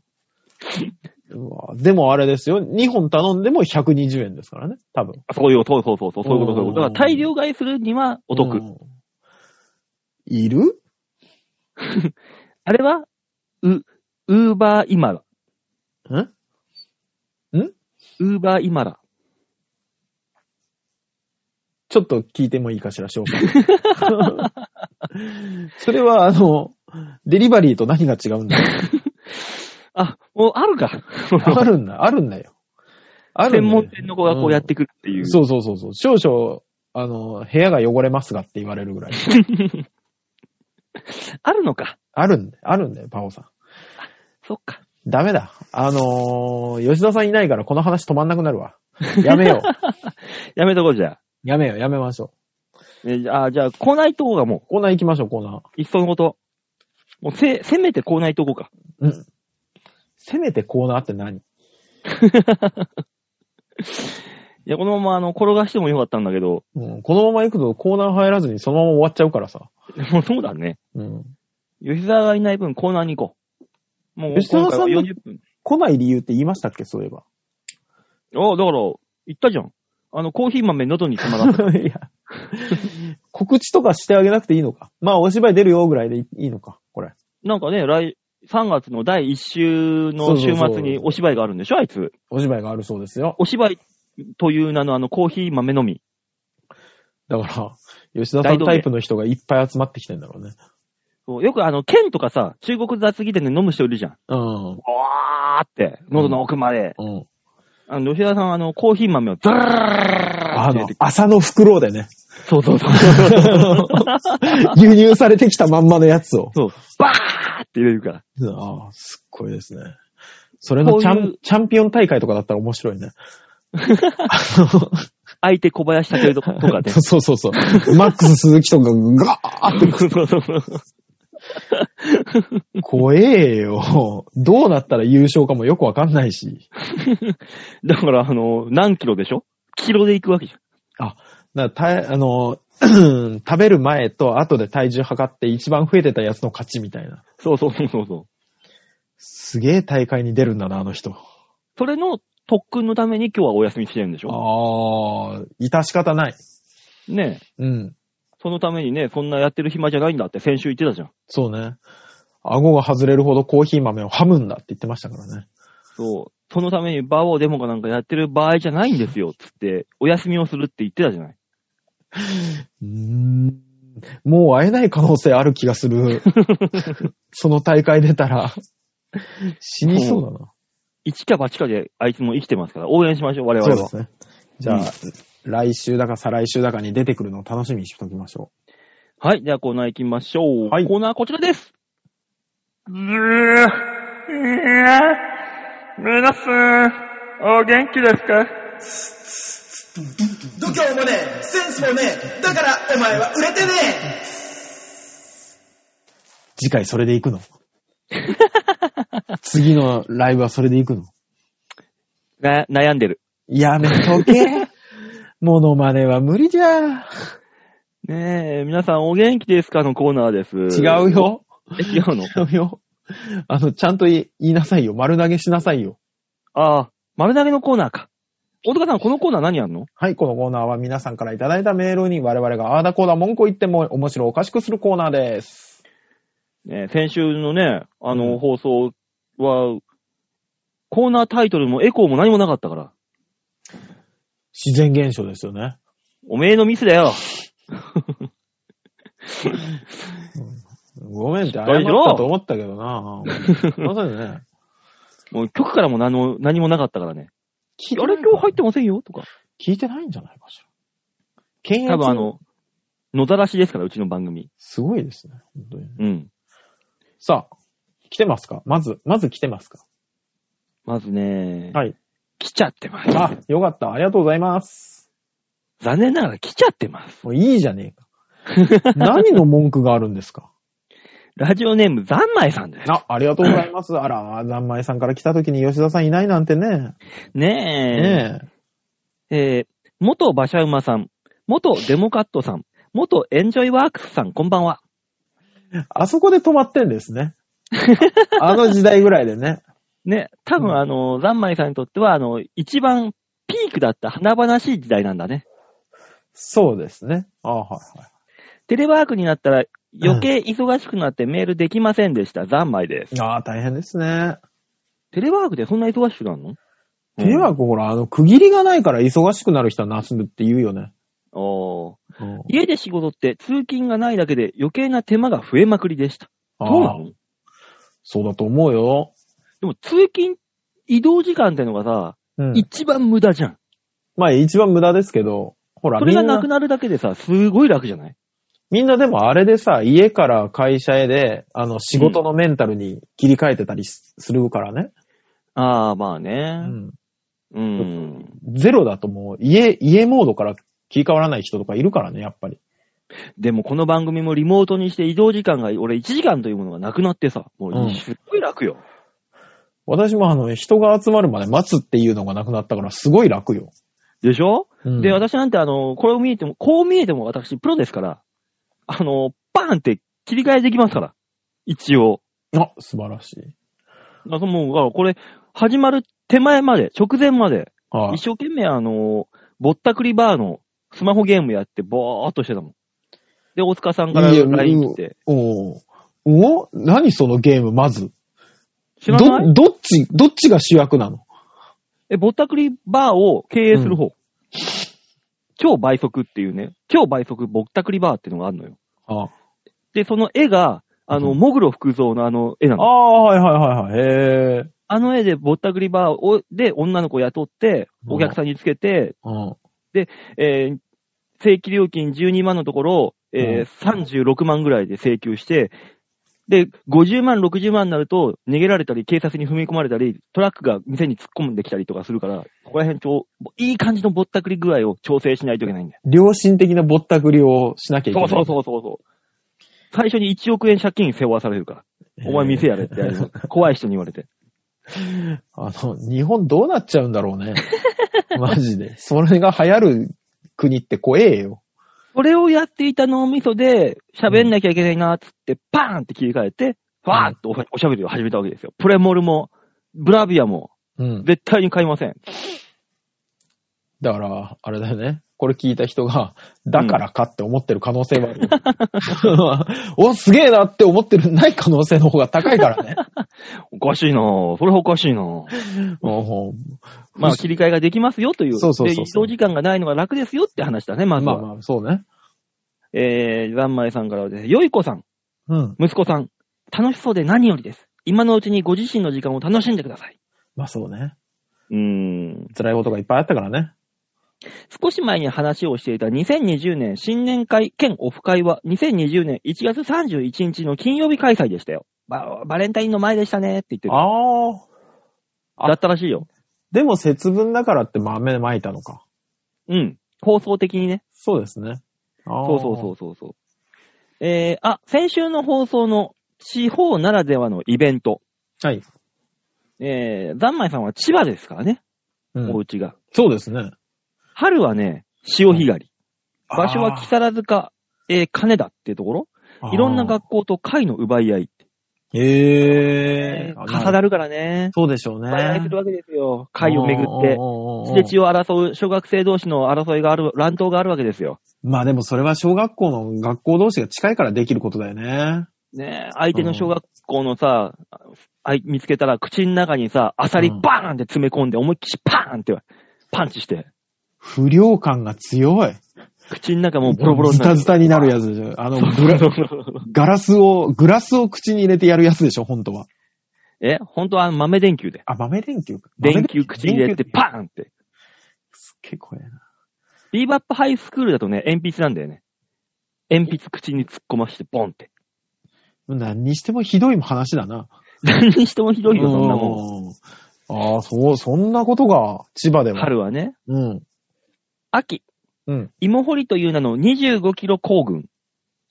C: うわでもあれですよ。2本頼んでも120円ですからね。多分。
B: そういう、そうそうそうそう、そういうこと、そういうこと。
C: おー
B: だから大量買いするにはお得。
C: うんいる
B: あれは、う、ウーバーイマラ。
C: ん
B: ウーバーイマラ。
C: ちょっと聞いてもいいかしら、紹 介。 それは、あの、デリバリーと何が違うんだろう
B: あ、もうある か。
C: あるんだ、あるんだよ。ある
B: 専
C: んだよ
B: 門店の子がこうやってくるっていう。
C: そうそうそうそう。少々、あの、部屋が汚れますがって言われるぐらい。
B: あるのか。
C: あるんだよ、あるんだよ、パオさん。
B: そっか。
C: ダメだ。あのー吉田さんいないからこの話止まんなくなるわ。やめ よう。
B: やめとこうじゃあ。
C: やめよう、やめましょ
B: えじゃあ、じゃあ、来ないとこがも
C: う。コーナー行きましょう、コーナー。
B: う、いっそのこと。もう、せ、せめて来ないとこか。
C: うん。せめてコーナーって何
B: いや、このまま、あの、転がしてもよかったんだけど、
C: うん。このまま行くとコーナー入らずにそのまま終わっちゃうからさ。
B: もうそうだね。
C: うん。
B: 吉沢がいない分、コーナーに行こう。もう、
C: 吉沢
B: 今
C: さ
B: 回
C: ん
B: は
C: の
B: 40分。
C: 来ない理由って言いましたっけ、そういえば。
B: ああ、だから、言ったじゃん。あの、コーヒー豆喉に詰まら
C: いや。告知とかしてあげなくていいのか。まあ、お芝居出るよぐらいでいいのか、これ。
B: なんかね、来、3月の第1週の週末にお芝居があるんでしょあいつ。
C: お芝居があるそうですよ。
B: お芝居という名のあのコーヒー豆飲み。
C: だから、吉田さんタイプの人がいっぱい集まってきてんだろうね。
B: そうよくあの、剣とかさ、中国雑技店で飲む人いるじゃん。
C: う
B: わーって、喉の奥まで。
C: ん。うん。
B: あの、吉田さんはあの、コーヒー豆をザラー
C: あ
B: って入
C: の
B: れて、
C: 朝の袋 でね、
B: そうそうそう。
C: 輸入されてきたまんまのやつを。
B: そう、バーって入れるから。
C: ああ、すっごいですね。それのチャ
B: こうい
C: ンチャンピオン大会とかだったら面白いね。あ
B: 相手小林武尊とかね。
C: そうそうそう。マックス鈴木とかがガーって
B: そうそうそう
C: 怖えよ。どうなったら優勝かもよくわかんないし。
B: だから、あの、何キロでしょキロで行くわけじゃん。
C: だからたあの、 食べる前と後で体重測って一番増えてたやつの勝ちみたいな。
B: そうそうそうそうそう。
C: すげえ大会に出るんだな、あの人。
B: それの特訓のために今日はお休みしてるんでしょ
C: ああ、致し方ない。
B: ねえ。
C: うん。
B: そのためにね、そんなやってる暇じゃないんだって先週言ってたじゃん。
C: そうね。顎が外れるほどコーヒー豆をはむんだって言ってましたからね。
B: そう。そのためにバオデモかなんかやってる場合じゃないんですよ、つって、お休みをするって言ってたじゃない。
C: うーん。もう会えない可能性ある気がす る。その大会出たら。死にそうだな。
B: 一か八かであいつも生きてますから、応援しましょう、我々
C: そう
B: は。
C: ですね。じゃあ、来週だか再来週だかに出てくるのを楽しみにしときましょ
B: はい、じゃあコーナー行きましょう。
C: はい
B: コーナーこちらです。
A: ずー、えー、皆さん、お元気ですか
D: 度胸もねえセンスもねえだからお前は売れてねえ
C: う。次回それで行くの次のライブはそれで行くの
B: な、悩んでる。
C: やめと け。モノマネは無理じゃ。
B: ねえ、皆さんお元気ですかのコーナーです。
C: 違う。よ。
B: え、違うの
C: 違うよ。あの、ちゃんと言いなさいよ。丸投げしなさいよ。
B: ああ、丸投げのコーナーか。大塚さん、このコーナー何やんの
C: はい、このコーナーは皆さんからいただいたメールに我々があーだこーだ文句を言っても面白おかしくするコーナーです。
B: ねえ先週のね、あ
C: う
B: の、
C: ん
B: 放送は、コーナータイトルもエコーも何もなかったから。
C: 自然現象ですよね。
B: おめえのミスだよ。
C: ごめんって謝っ
B: っかりしろ
C: たと思ったけどな。まさに ね。
B: もう曲からも何も、何もなかったからね。
C: 聞いて
B: あ
C: な
B: れ
C: い
B: 今日入ってませんよとか。
C: 聞いてないんじゃないかしら。検
B: 多
C: 閲
B: 分あの、野ざらしですから、うちの番組。
C: すごいですね。本当にね。
B: うん。
C: さあ、来てますかまず、まず来てますか
B: まずね、
C: はい。
B: 来ちゃってます。
C: あ、よかった。ありがとうございます。
B: 残念ながら来ちゃってます。
C: もういいじゃねえ か。何の文句があるんですか
B: ラジオネーム、ざんまいさんです。
C: あ、ありがとうございます。あら、ざんまいさんから来た時に吉田さんいないなんてね。
B: ね
C: ねえ。
B: え。えー、元馬車馬さん、元デモカットさん、元エンジョイワークスさん、こんばんは。
C: あそこで止まってんです ね。あの時代ぐらいでね。
B: ね、多
C: う
B: 分
C: ん
B: あの、ざんまいさんにとっては、あの、一番ピークだった華々しい時代なんだね。
C: そうですね。あはいは
B: テレワークになったら余計忙しくなってメールできませんでした。ざんまいです。
C: い。ああ、大変ですね。
B: テレワークでそんな忙しくなるの
C: テレワークほら、あの、区切りがないから忙しくなる人は休むって言うよね。
B: うんおー家で仕事って通勤がないだけで余計な手間が増えまくりでした。
C: あ
B: ど
C: ー
B: うなの
C: そうだと思うよ。
B: でも通勤、移動時間ってのがさ、
C: うん。
B: 一番無駄じゃん。
C: まあ一番無駄ですけど、ほら、
B: そ
C: み
B: れ
C: ん
B: が
C: な、
B: なくなるだけでさ、すごい楽じゃない
C: みんなでもあれでさ、家から会社へで、あの、仕事のメンタルに切り替えてたりすするからね。
B: ああ、まあ
C: う
B: ね。
C: ん。
B: うん。
C: ゼロだともう、家、家モードから切り替わらない人とかいるからね、やっぱり。
B: でもこの番組もリモートにして移動時間が、俺1時間というものがなくなってさ、も
C: う
B: う、
C: ん
B: すっごい楽よ。
C: 私もあの、人が集まるまで待つっていうのがなくなったから、すごい楽よ。
B: でしょ、
C: うん
B: で、私なんてあの、これを見えても、こう見えても私プロですから、あの、バーンって切り替えできますから。一応。
C: あ、素晴らしい。
B: あともう、だからこれ、始まる手前まで、直前まで、
C: はい
B: 一。生懸命あの、ぼったくりバーのスマホゲームやって、ぼーっとしてたもん。で、大塚さんから
C: いや
B: LINE 来て。
C: おーお何そのゲーム、まず。
B: 知らない
C: ど、どっち、どっちが主役なの
B: え、ぼったくりバーを経営する方。超倍速っていうね、超倍速ぼったくりバーっていうのがあるのよ。
C: あ
B: で、その絵が、あ
C: う
B: の、
C: ん
B: モグロ福蔵のあの絵な
C: あー、
B: の。あ
C: はいはいはいはい。へえ。
B: の絵でぼったくりバーをで女の子雇って、お客さんにつけて、
C: うん。
B: えー正規料金12万のところ、えー36万ぐらいで請求して、で、50万、60万になると、逃げられたり、警察に踏み込まれたり、トラックが店に突っ込んできたりとかするから、ここら辺ちょう、いい感じのぼったくり具合を調整しないといけないんだよ。
C: 良心的なぼったくりをしなきゃいけ
B: そ
C: な
B: う
C: い。
B: そうそうそうそう。最初に1億円借金背負わされるから。お前店やれって、あれ怖い人に言われて。
C: あの、日本どうなっちゃうんだろうね。 マジで。それが流行る国って怖えよ。
B: それをやっていた脳みそで、喋んなきゃいけないな、つって、パーンって切り替えて、わーっとおおしゃべりを始めたわけですよ。プレモルも、ブラビアも、
C: うん。
B: 絶対に買いません。
C: だから、あれだよね。これ聞いた人が、だからかって思ってる可能性はある。 お、すげえなって思ってる、ない可能性の方が高いから ね。
B: おかしいなぁ。それはおかしいなぁ。
C: も
B: まあ、切り替えができますよという。
C: そうそうそうそう
B: で移動時間がないのが楽ですよって話だね、
C: う
B: まず
C: ま
B: は。
C: あまあ、そうね。
B: えー、ざんまいさんからはですね、よいこさん、
C: うん。
B: 息子さん、楽しそうで何よりです。今のうちにご自身の時間を楽しんでください。
C: まあそうね。
B: うーん。
C: 辛いことがいっぱいあったからね。
B: 少し前に話をしていた2020年新年会兼オフ会は2020年1月31日の金曜日開催でしたよ。ババレンタインの前でしたねって言ってる。
C: ああ。あ
B: だったらしいよ。
C: でも節分だからって豆まいたのか。
B: うん。放送的にね。
C: そうですね。あー
B: そうそうそうそうそう。えー、あ、先週の放送の地方ならではのイベント。
C: はい。
B: えー、ざんまいさんは千葉ですからね、
C: うん
B: お家が。
C: そうですね。
B: 春はね、潮干狩り。場所は木
C: 来
B: 更津か、えー、金田っていうところ。いろんな学校と貝の奪い合い。
C: へえ。
B: 重なるからね。
C: そうでしょうね。
B: 奪い合いするわけですよ。貝をめぐって。
C: おーおーおーおー
B: 捨て地を争う小学生同士の争いがある、乱闘があるわけですよ。
C: まあでもそれは小学校の学校同士が近いからできることだよね。
B: ねえ、相手の小学校のさ、あい見つけたら口の中にさ、アサリ
C: うん
B: バーンって詰め込んで、思いっきりパーンって、パンチして、
C: 不良感が強い。
B: 口の中もうボロボロに
C: ズ
B: な
C: タ
B: る。
C: ズタになるやつでしょ。あの、グラ
B: そうそうそう
C: ガラスを、グラスを口に入れてやるやつでしょ、本当は。
B: え、本当は豆電球で。
C: あ、豆電球か。豆
B: 電球口に入れて
C: 電球
B: パーンって。
C: すっげえ怖いな。
B: ビーバップハイスクールだとね、鉛筆なんだよね。鉛筆口に突っ込まして、ボンって。
C: 何にしてもひどい話だな。
B: 何にしてもひどいよ、そんなもん。
C: うん。ああ、そう、そんなことが、千葉でも。
B: 春はね、
C: うん。
B: 秋、
C: うん。
B: 芋掘りという名の25キロ行軍。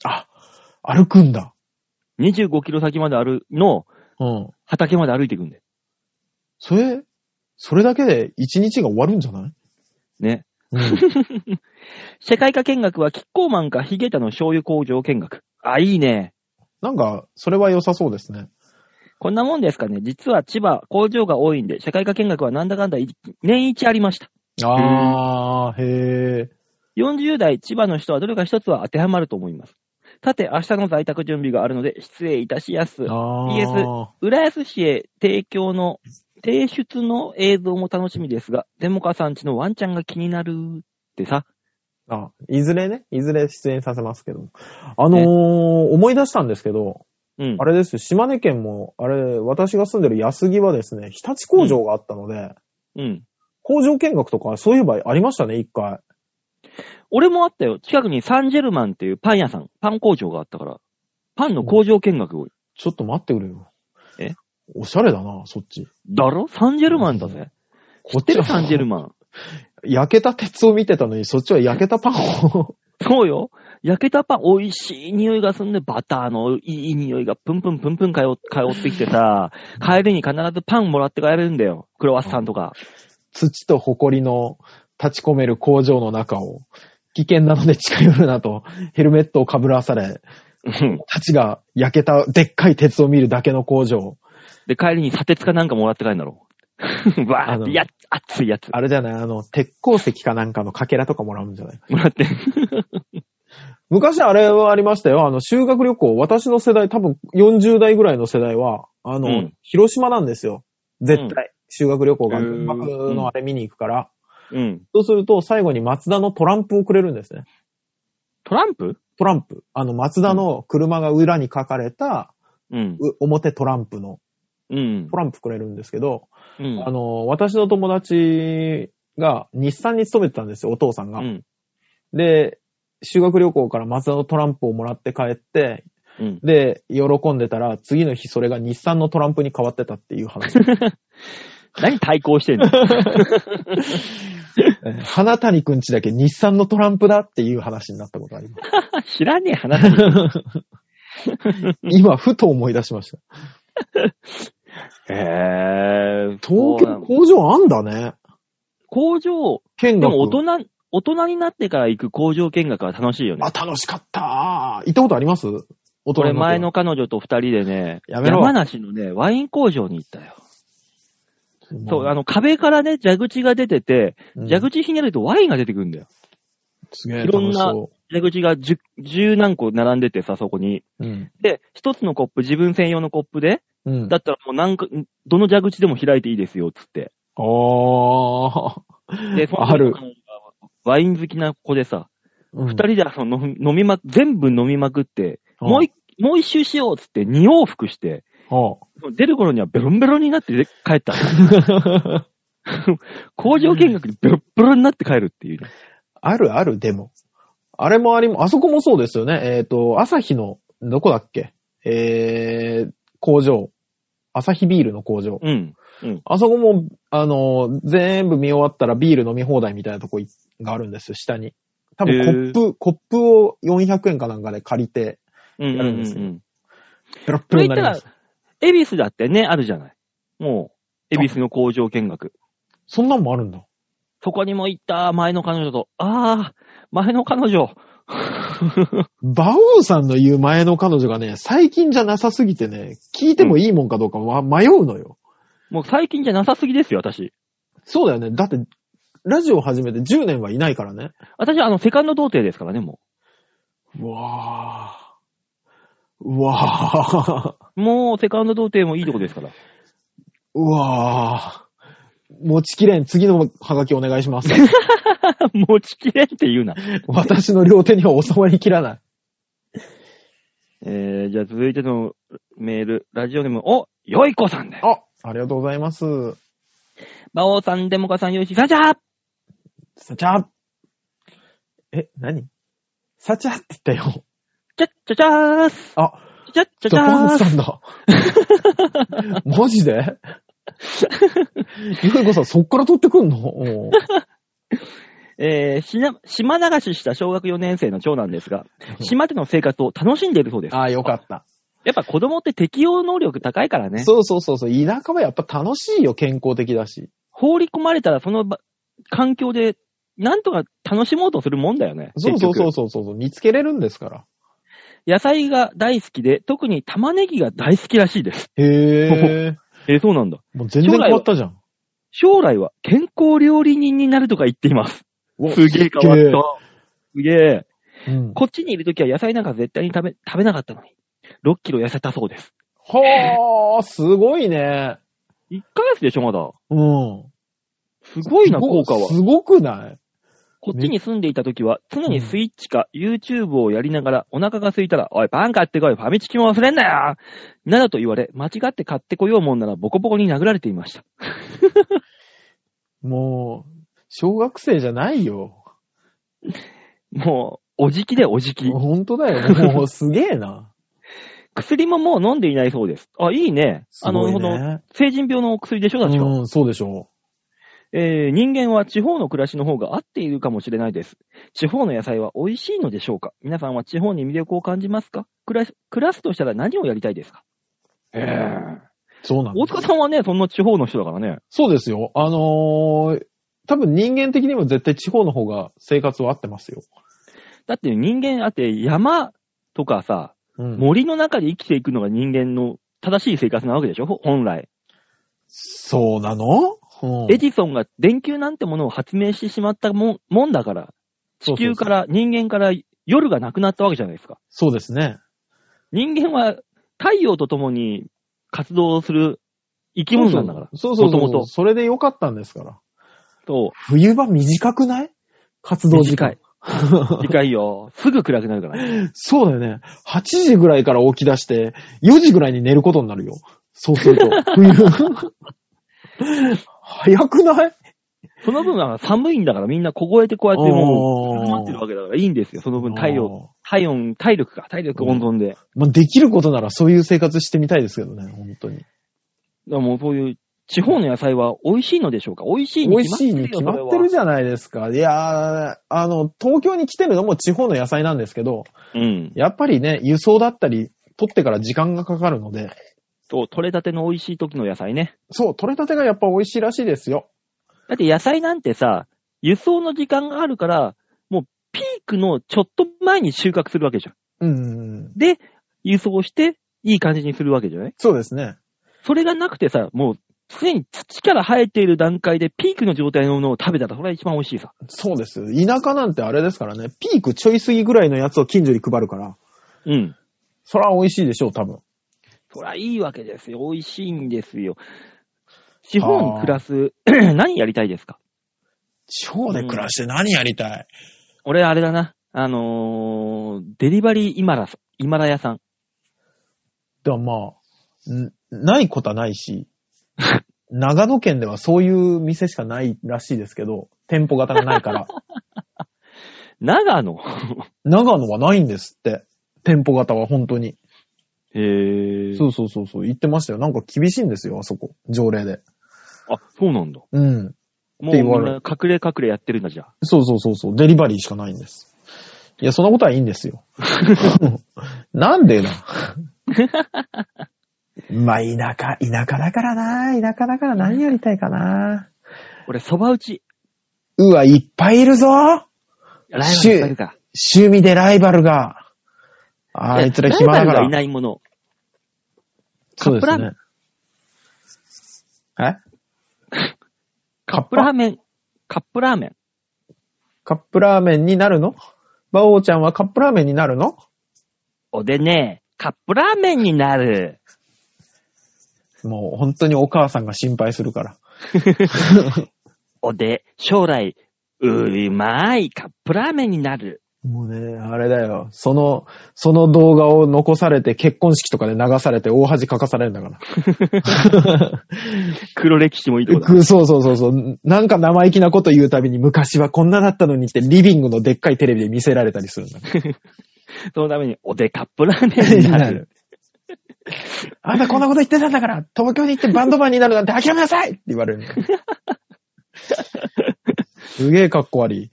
C: あ、歩くんだ。
B: 25キロ先まであるの、
C: うん。
B: 畑まで歩いていくんだよ。
C: それ、それだけで一日が終わるんじゃない
B: ね。
C: うん。
B: 世界科見学は、キッコーマンかヒゲタの醤油工場見学。あ、いいね。
C: なんか、それは良さそうですね。
B: こんなもんですかね。実は千葉、工場が多いんで、社会科見学はなんだかんだい年一ありました。
C: あー、へー。
B: 40代千葉の人はどれか一つは当てはまると思います。さて、明日の在宅準備があるので、失礼いたしやす。
C: あ
B: PS 浦安市へ提供の、提出の映像も楽しみですが、デモカさんちのワンちゃんが気になるってさ、
C: あ、いずれね、いずれ出演させますけども。あのー、思い出したんですけど、
B: うん
C: あ。れですよ、島根県も、あれ、私が住んでる安木はですね、日立工場があったので、
B: うん。
C: 工場見学とか、そういえばありましたね、一回。
B: 俺もあったよ。近くにサンジェルマンっていうパン屋さん、パン工場があったから、パンの工場見学を。
C: ちょっと待ってくれよ。
B: え
C: おしゃれだな、そっち。
B: だろサンジェルマンだぜ。
C: こっ
B: 知ってるサンジェルマン。
C: 焼けた鉄を見てたのに、そっちは焼けたパンを。
B: そうよ。焼けたパン、美味しい匂いがすんで、バターのいい匂いがプンプンプンプン通通ってきてさ、帰りに必ずパンもらって帰れるんだよ。クロワッサンとか。
C: 土と埃の立ち込める工場の中を、危険なので近寄るなと、ヘルメットをかぶらされ、
B: うん
C: たちが焼けたでっかい鉄を見るだけの工場。
B: で、帰りに砂鉄かなんかもらって帰るんだろう。 わ
C: あ
B: ーっ
C: の
B: て、や、熱いやつ。
C: あれじゃない、あの、鉄鉱石かなんかのかけらとかもらうんじゃない
B: もらって。
C: 昔あれはありましたよ。あの、修学旅行、私の世代、多分40代ぐらいの世代は、あの、
B: うん
C: 広島なんですよ。絶対。
B: うん
C: 修学旅行が、
B: へー
C: 原爆のあれ見に行くから。
B: うん。
C: そうすると、最後に松田のトランプをくれるんですね。
B: トランプ
C: トランプ。あの、松田の車が裏に書かれた、
B: うん。
C: う表トランプの、
B: うん
C: ト。ランプくれるんですけど、
B: うん
C: あの、私の友達が日産に勤めてたんですよ、お父さんが。
B: うん。
C: で、修学旅行から松田のトランプをもらって帰って、
B: うん。
C: で、喜んでたら、次の日それが日産のトランプに変わってたってい う話。
B: 何対抗してん の
C: えー花谷くんちだけ日産のトランプだっていう話になったことあります。
B: 知らねえ話だ。
C: 今、ふと思い出しました。
B: へえ。
C: 東
B: そうな
C: 京
B: の
C: 工場あんだね。
B: 工場、
C: 見
B: で
C: 学。
B: も大人、大人になってから行く工場見学は楽しいよね
C: あ、。楽しかった。行ったことあります大
B: 俺
C: 人になって
B: 前の彼女と二人でね、
C: やめろ
B: 山梨のね、ワイン工場に行ったよ。
C: うん
B: そう、あの壁からね、蛇口が出てて、
C: うん
B: 蛇口ひねるとワインが出てくるんだよ。
C: すげえ
B: いろん
C: 楽し
B: な
C: そ
B: 蛇口が十、十何個並んでてさ、そこに。
C: う。うん。
B: で、一つのコップ、自分専用のコップで、
C: うん。
B: だったらもう何か、どの蛇口でも開いていいですよ、つって。
C: ああ。
B: で、その
C: ある。
B: ワイン好きな子でさ、
C: 二
B: 二、人でその飲み飲みま、全部飲みまくって、
C: うん
B: もう一、もう一周しようっつって二往復して、
C: は
B: 出る頃にはベロンベロンになって帰 った。工場見学にベロッベロンになって帰るっていうね。
C: あ、あるある、でも。あれもありも、あそこもそうですよね。えっ、と、朝日の、どこだっけえー、工場。朝日ビールの工場。
B: うん。
C: あそこも、あの、全部見終わったらビール飲み放題みたいなとこいがあるんですよ、下に。多分コップ、コップを400円かなんかで借りて、
B: うん
C: や
B: うん
C: るんです
B: う
C: よ
B: ん。
C: ペロッペ
B: そ
C: ロ
B: れ
C: に
B: 言
C: な
B: った
C: りま
B: ら
C: す。、
B: エビスだってね、あるじゃない。もう、エビスの工場見学。
C: そんなんもあるんだ。
B: そこにも行った、前の彼女と。ああ、前の彼女。
C: バオさんの言う前の彼女がね、最近じゃなさすぎてね、聞いてもいいもんかどうかわ迷うのよ。
B: もう最近じゃなさすぎですよ、私。
C: そうだよね。だって、ラジオ始めて10年はいないからね。
B: 私はあの、セカンド童貞ですからね、も
C: うわぁ。うわぁ。
B: う。もう、セカンド童貞もいいとこですから。
C: うわぁ。持ちきれん、次のハガキお願いし ます。
B: 持ちきれんって言うな。
C: 私の両手には収まりきらない。
B: えー、じゃあ続いてのメール、ラジオネーム、お、よいこさんだよ。
C: あ、ありがとうございます。
B: 馬王さん、デモカさん、よいしさんじゃー
C: さちゃんえ、何さちゃって言ったよ。
B: ちゃっちゃちゃーす。
C: あ、
B: ちゃっちゃち
C: ド
B: ゃ
C: パン
B: ー
C: ツ
B: す。
C: さんだ。マ ジでゆうこさん、そっから取ってくんのおう
B: えー、しな、島流しした小学4年生の長男ですが、島での生活を楽しんでいるそうです。
C: ああ、よかった。
B: やっぱ子供って適応能力高いからね。
C: そうそうそうそう。田舎はやっぱ楽しいよ、健康的だし。
B: 放り込まれたらその場環境で、なんとか楽しもうとするもんだよね。
C: そうそうそ
B: 結
C: う
B: 局
C: そうそうそう。見つけれるんですから。
B: 野菜が大好きで、特に玉ねぎが大好きらしいです。
C: へえ。
B: えー、そうなんだ。
C: もう全然変わったじゃん。
B: 将来は健康料理人になるとか言っています。すげえ変わった。すげえ。
C: た。うん。
B: こっちにいるときは野菜なんか絶対に食べ、食べなかったのに。6キロ痩せたそうです。
C: はあ、すごいね。
B: 1ヶ月でしょ、まだ。
C: うん。
B: すごいな、効果は。
C: すごくない
B: こっちに住んでいたときは、常にスイッチか YouTube をやりながら、お腹が空いたら、おい、パン買ってこい、ファミチキも忘れんなよなどと言われ、間違って買ってこようもんならボコボコに殴られていました。
C: もう、小学生じゃないよ。
B: もう、おじきでおじき。
C: ほんとだよ。もう、すげえな。
B: 薬ももう飲んでいないそうです。あ、いいね。 あの、
C: す
B: そ
C: ごい
B: の、
C: ね
B: 成人病の薬でしょ、確か。
C: うん、そうでしょ
B: えー人間は地方の暮らしの方が合っているかもしれないです。地方の野菜は美味しいのでしょうか皆さんは地方に魅力を感じますか暮らし暮らすとしたら何をやりたいですかえ
C: う。そうなんだ
B: 大塚さんはね、そんな地方の人だからね。
C: そうですよ。あのー、多分人間的にも絶対地方の方が生活は合ってますよ。
B: だって人間あって山とかさ、
C: うん
B: 森の中で生きていくのが人間の正しい生活なわけでしょほ本来。
C: そうなの、うん
B: エジソンが電球なんてものを発明してしまったもんもんだから、地球から人間から夜がなくなったわけじゃないですか。
C: そうですね。
B: 人間は太陽と共に活動する生き物なんだから。
C: そうそうそうそう
B: もともと
C: それでよかったんですから。
B: そ
C: 冬場短くない活動時間。
B: う。次回よ。すぐ暗くなるからね。
C: そうだよね。8時ぐらいから起き出して、4時ぐらいに寝ることになるよ。そうすると。冬。早くない
B: その分は寒いんだからみんな凍えてこうやってもう、
C: も
B: 待ってるわけだからいいんですよ。その分体温、体温、体力か、体力温存で。
C: まあ、できることならそういう生活してみたいですけどね、本当に。
B: だからもうそういう地方の野菜は美味しいのでしょうか美味しいに
C: 美味しいに決まってる
B: じ
C: じゃないですか。いやー、あの、東京に来てるのも地方の野菜なんですけど、
B: ゃん。うん。
C: やっぱりね、輸送だったり、取ってから時間がかかるので、
B: そう、取れたての美味しい時の野菜ね。
C: そう、取れたてがやっぱ美味しいらしいですよ。
B: だって野菜なんてさ、輸送の時間があるから、もうピークのちょっと前に収穫するわけじゃん。
C: うん。
B: で、輸送して、いい感じにするわけじゃない
C: そうですね。
B: それがなくてさ、もう、常に土から生えている段階でピークの状態のものを食べたら、それは一番美味しいさ。
C: そうですよ。田舎なんてあれですからね、ピークちょい過ぎぐらいのやつを近所に配るから、
B: うん。
C: そら美味しいでしょう、多分。
B: そりゃいいわけですよ。美味しいんですよ。地方に暮らす、 何やりたいですか
C: 地方で暮らして何やりたい、
B: 俺、あれだな。あのー、デリバリー今ら、今ら屋さん。
C: でもまあ、んないことはないし、長野県ではそういう店しかないらしいですけど、店舗型がないから。
B: 長野。
C: 長野はないんですって。店舗型は本当に。
B: へぇ
C: そうそうそうそう。言ってましたよ。なんか厳しいんですよ、あそこ。条例で。
B: あ、そうなんだ。
C: うん。
B: もう
C: って
B: み
C: 言わ
B: ん
C: れ
B: な
C: る
B: 隠れ隠れやってるんだ、じゃあ。
C: そうそうそうそう。デリバリーしかないんです。いや、そんなことはいいんですよ。なんでな。 まあ、田舎、田舎だからな。田舎だから何やりたいかな。
B: 俺、蕎麦打ち。
C: うわ、いっぱいいるぞ。
B: ライバルいっぱいいるから。
C: 趣味でライバルが。あいつら暇だ
B: ライバ
C: か
B: ルがい
C: ら。
B: ないもの。
C: そうです
B: カッ
C: ね。え
B: カップラーメン。カップラーメン。
C: カップラーメンになるの馬王ちゃんはカップラーメンになるの
B: おでね、カップラーメンにな る。
C: もう本当にお母さんが心配するから。
B: おで、将来、うまいカップラーメンになる。
C: もうね、あれだよ。その、その動画を残されて結婚式とかで流されて大恥かかされるんだから。
B: 黒歴史もいいとこだ。
C: く そうそうそうそう。なんか生意気なこと言うたびに昔はこんなだったのにってリビングのでっかいテレビで見せられたりするんだから。
B: そのために、おでカップラーメンにな る。
C: あんたこんなこと言ってたんだから、東京に行ってバンドマンになるなんて諦めなさいって言われる。 すげえかっこ悪い。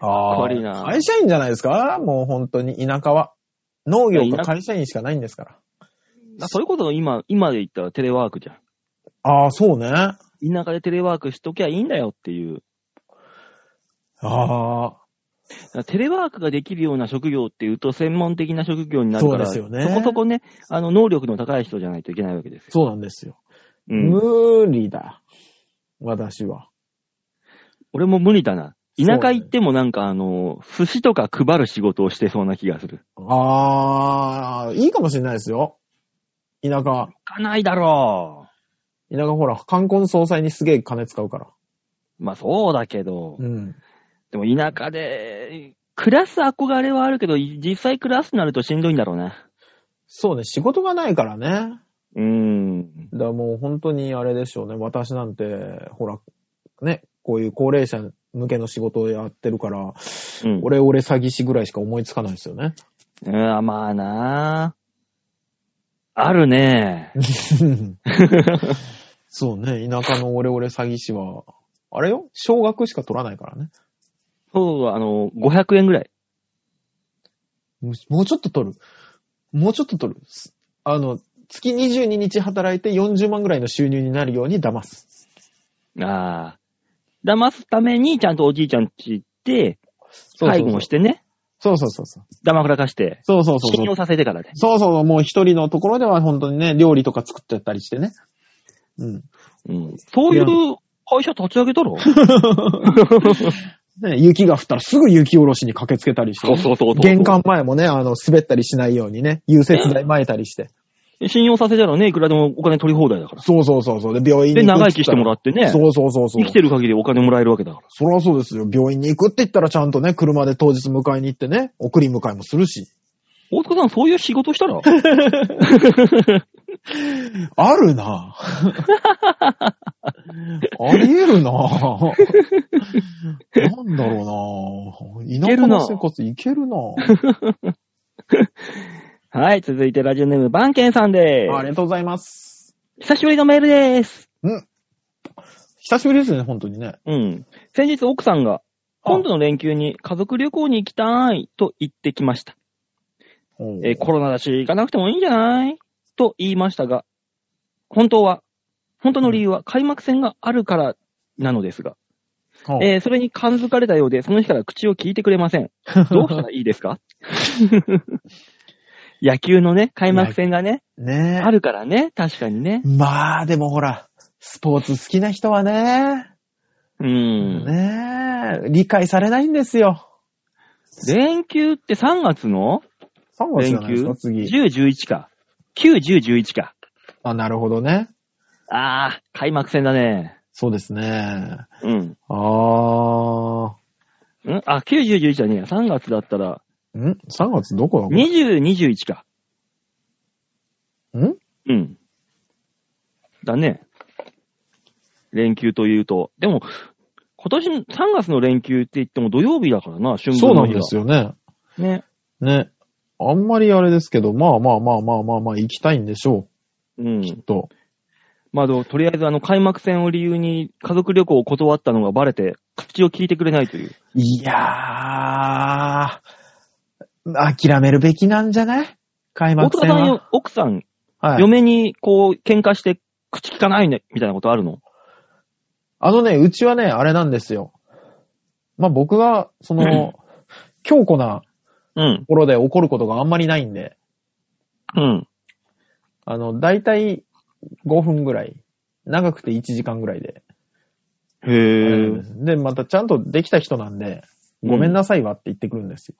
C: あ
B: か
C: あ。
B: っこ悪いな
C: 会社員じゃないですかもう本当に田舎は。農業
B: いや
C: か
B: 田
C: 会社員しかないんですから。
B: あそれこそ今、今で言ったらテレワークじゃん。
C: ああ、そうね。あ
B: 田舎でテレワークしときゃいいんだよっていう。
C: あ。
B: だからテレワークができるような職業っていうと専門的な職業になるから、
C: そうですよね
B: そこそこね、あの、能力の高い人じゃないといけないわけですよ。
C: そうなんですよ。
B: うん。
C: 無理だ。私は。
B: 俺も無理だな。田舎行ってもなんかあの、寿司とか配る仕事をしてそうな気がする。
C: ああ、いいかもしれないですよ。田舎は。
B: 行かないだろ
C: 田舎ほら、冠婚葬祭にすげえ金使うから。
B: う。まあそうだけど、
C: うん。
B: でも田舎で、暮らす憧れはあるけど、実際暮らすとなるとしんどいんだろうね。
C: そうね、仕事がないからね。
B: うーん。
C: だからもう本当にあれでしょうね。私なんて、ほら、ね、こういう高齢者向けの仕事をやってるから、
B: うん、
C: 俺俺詐欺師ぐらいしか思いつかないですよね。
B: うん、まあなああるね。
C: そうね、田舎の俺俺詐欺師は、あれよ少額しか取らないからね。
B: そう、あの、500円ぐらい。
C: もうもうちょっと取る。もうちょっと取る。すあの、月22日働いて40万ぐらいの収入になるように騙す。
B: ああ。騙すために、ちゃんとおじいちゃんち行って、
C: そうそうそう
B: 介護をしてね、
C: そうそうそうそう。
B: ダマくらかして、
C: そうそうそうそ
B: 信
C: う
B: 用。させてからね。
C: そうそう、もう一人のところでは本当にね、料理とか作ってたりしてね。 うん。
B: うん。そういう会社立ち上げた ろ
C: ね、雪が降ったらすぐ雪下ろしに駆けつけたりして、
B: そうそうそうそう
C: 玄関前もね、あの、滑ったりしないようにね、融雪剤撒いたりして。
B: 信用させたらね、いくらでもお金取り放題だから。
C: そうそうそうそう。で、病院に
B: で、
C: 行く
B: 長
C: っ
B: 生
C: つ
B: き
C: っ
B: したて
C: ら
B: もらってね、
C: そうそうそうそう
B: 生き。てる限りお金もらえるわけだから。
C: そりゃそうですよ。病院に行くって言ったらちゃんとね、車で当日迎えに行ってね、送り迎えもするし。
B: 大塚さん、そういう仕事したら
C: あ るなあり得るななんだろうな田
B: け
C: 舎
B: るな
C: の生活いけるな
B: はい、続いてラジオネーム、バンケンさんで
C: ありがとうございます。
B: す。久しぶりのメールです。
C: 久しぶりですね、本当にね。
B: うん。先日奥さんが、
C: あ
B: 今度の連休に家族旅行に行きたいと言ってきました。
C: おう
B: えーコロナだし行かなくてもいいんじゃないと言いましたが、本当は、本当の理由は開幕戦があるからなのですが、
C: おう
B: えーそれに感づかれたようで、その日から口を聞いてくれません。どうしたらいいですか野球のね、開幕戦がね、
C: ねえ。
B: あるからね、確かにね。
C: まあ、でもほら、スポーツ好きな人はね、
B: うん。
C: ねえ、理解されないんですよ。
B: 連休って3月の
C: 3月じゃないですか、次。
B: 10、11か。9、10、11か。
C: あ、なるほどね。
B: あー、開幕戦だね。
C: そうですね。
B: うん。
C: あー。
B: んあ、9、10、11だね。3月だったら、
C: ん ?3 月どこだこれ
B: 20、21か。
C: ん
B: うん。だね。連休というと。でも、今年の3月の連休って言っても土曜日だからな、春
C: そう
B: 分
C: な
B: の
C: ん
B: 日
C: で
B: が。
C: すよね。
B: ね。
C: ね。あんまりあれですけど、まあまあまあまあまあまあ、行きたいんでしょ
B: う
C: う、きっ
B: ん。
C: と。
B: まあでも、とりあえずあの、開幕戦を理由に家族旅行を断ったのがバレて、口を聞いてくれないという。
C: いやー、諦めるべきなんじゃない開
B: 大
C: 幕
B: 塚
C: 戦
B: さん
C: は。
B: よ、奥さん、
C: はい。
B: 嫁にこう、喧嘩して、口聞かないね、みたいなことあるの
C: あのね、うちはね、あれなんですよ。まあ僕が、その、強固な
B: うん
C: と。ころで怒ることがあんまりないんで、
B: うん。
C: あの、だいたい5分ぐらい。長くて1時間ぐらいで。
B: へえ。
C: で、またちゃんとできた人なんで、ごめんなさいわって言ってくるんですよ。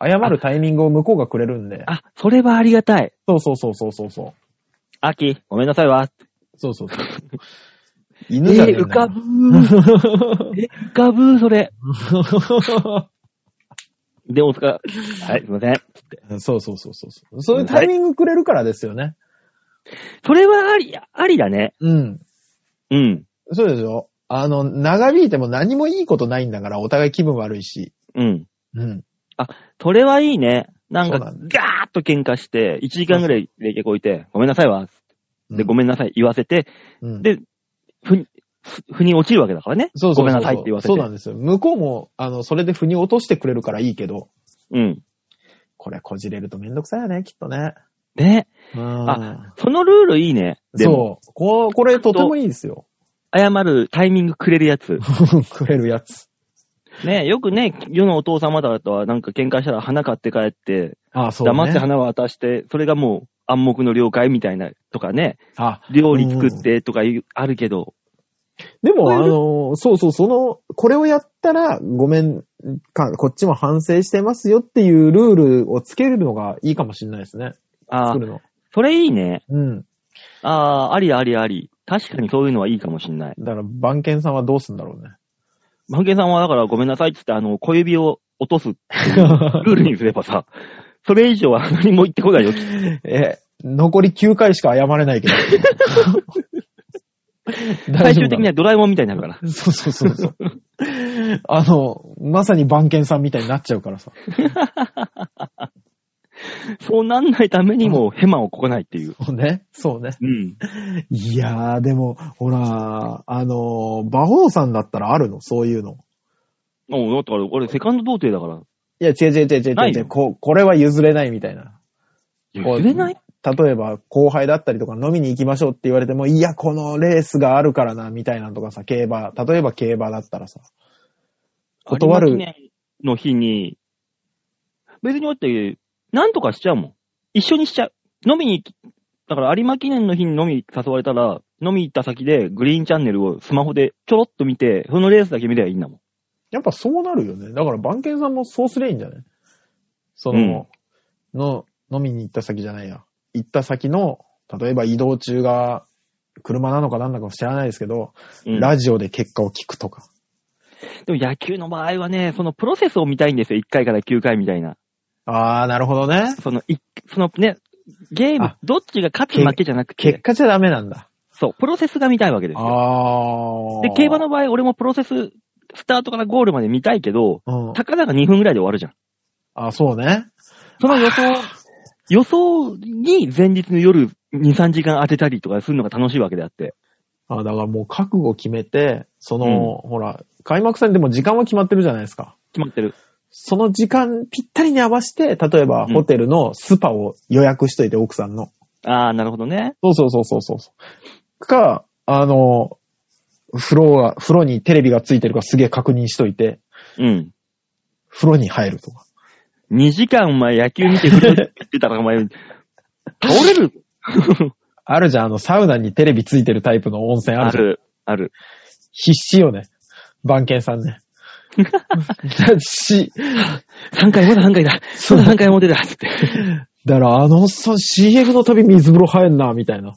C: 謝るタイミングを向こうがくれるんで。
B: あ、それはありがたい。
C: そうそうそうそうそうそう。
B: 秋、ごめんなさいわ。
C: そうそうそう。犬じゃねえ
B: えー
C: ん
B: 浮
C: だ
B: か
C: よ
B: ぶー。 え、浮かぶー、それ。 で、大塚、はい、すいません。
C: そうそうそうそうそう。そういうタイミングくれるからですよね。
B: それはあり、ありだね。
C: うん。
B: うん。
C: そうですよ。あの、長引いても何もいいことないんだから、お互い気分悪いし。
B: うん。
C: うん。
B: それはいいね。なんか、
C: そう
B: ガ
C: な
B: ー
C: ん
B: ッと喧嘩して、1時間ぐらい冷却置いて、ごめんなさいわ。で、ご
C: め
B: めんなさい言わせて、
C: ん。うん
B: でふに、ふ腑に落ちるわけだからね。
C: そうそうそうそう
B: ごめんなさいって言わせて。
C: そうなんですよ。向こうも、あの、それで腑に落としてくれるからいいけど、
B: うん。
C: これこじれるとめんどくさいよね、きっとね。
B: ね。
C: うん
B: あそのルールいいね。でも、
C: そう。ここれとてもいいですよ。
B: 謝るタイミングくれるや つ。
C: くれるやつ。
B: ねよくね、世のお父様方はなんか喧嘩したら花買って帰って、
C: あそう、ね。
B: 黙って花渡して、それがもう暗黙の了解みたいな、とかね、
C: あ、
B: 料理作ってとかいう、あるけど、
C: で
B: こ
C: も、
B: れ
C: あ
B: で
C: の、そうそう、その、これをやったら、ごめんか、こっちも反省してますよっていうルールをつけるのがいいかもしれないですね。
B: ああ
C: 作、るの。
B: それいいね。
C: うん。
B: ああ、ありありあり。確かにそういうのはいいかもしんない。
C: だから、番犬さんはどうすんだろうね。
B: マンケンさんはだからごめんなさいって言って、あの、小指を落 とすルールにすればさ、それ以上は何も言ってこ ないよ。
C: え、残り9回しか謝れな いけど。
B: 最終的に
C: は。
B: はドラえもんみたいになるから。
C: そうそうそうそう。あの、まさに番犬さんみたいになっちゃう からさ。
B: そうなんないためにもヘマをこかないっていう。
C: そうね。そうね。
B: うん。
C: いやー、でも、ほら、あのー、馬王さんだったらあるのそういうの。
B: もうだから俺セカンド童貞だから。
C: いや、違う違う違う違う
B: ない
C: 違う
B: よ
C: こ、これは譲れないみたいな。こう
B: 譲れない
C: 例えば、後輩だったりとか飲みに行きましょうって言われても、いや、このレースがあるからな、みたいなのとかさ、競馬、例えば競馬だったらさ、断る
B: 有馬記念の日に、別にだって、なんとかしちゃうもん。一緒にしちゃう。飲みに行き、だから有馬記念の日に飲み誘われたら、飲み行った先でグリーンチャンネルをスマホでちょろっと見て、そのレースだけ見ればいいんだもん。
C: やっぱそうなるよね。だから、番犬さんもそうすりゃいいんじゃないその、の、飲みに行った先じゃないや。行った先の、例えば移動中が、車なのかなんだか知らないですけど、
B: うん
C: ラジオで結果を聞くとか。
B: でも野球の場合はね、そのプロセスを見たいんですよ。1回から9回みたいな。
C: あー、なるほどね。
B: その、いそのね、ゲーム
C: あ、
B: どっちが勝つ負けじゃなく
C: 結
B: て、
C: 果じゃダメなんだ。
B: そう、プロセスが見たいわけですよ。
C: あ
B: で、競馬、の場合、俺もプロセス、スタートからゴールまで見たいけど、
C: うん、
B: たかだか2分ぐらいで終わるじゃん。
C: あ、そうね。
B: その予想、予想に前日の夜2、3時間当てたりとかするのが楽しいわけであって。
C: あだからもう覚悟決めて、その、ほら、開幕戦でも時間は決まってるじゃないですか。
B: 決まってる。
C: その時間ぴったりに合わせて、例えば
B: うん
C: ホテルのスパを予約しといて、奥さんの。
B: ああ、なるほどね。
C: そうそうそうそうそう。か、あの、風呂が、風呂にテレビがついてるかすげえ確認しといて、
B: うん。
C: 風呂に入るとか。
B: 2時間お前野球見て風呂に行ってたらお前、倒れる。
C: あるじゃん、あの、サウナにテレビついてるタイプの温 泉あ
B: あ
C: るじゃん。
B: る、ある。
C: 必死よね。番犬さんね。だし、
B: 3回、まだ3回だ。まだ3回表だ。つって。
C: だからあのおっさん CF の度水風呂入んな、みたいな。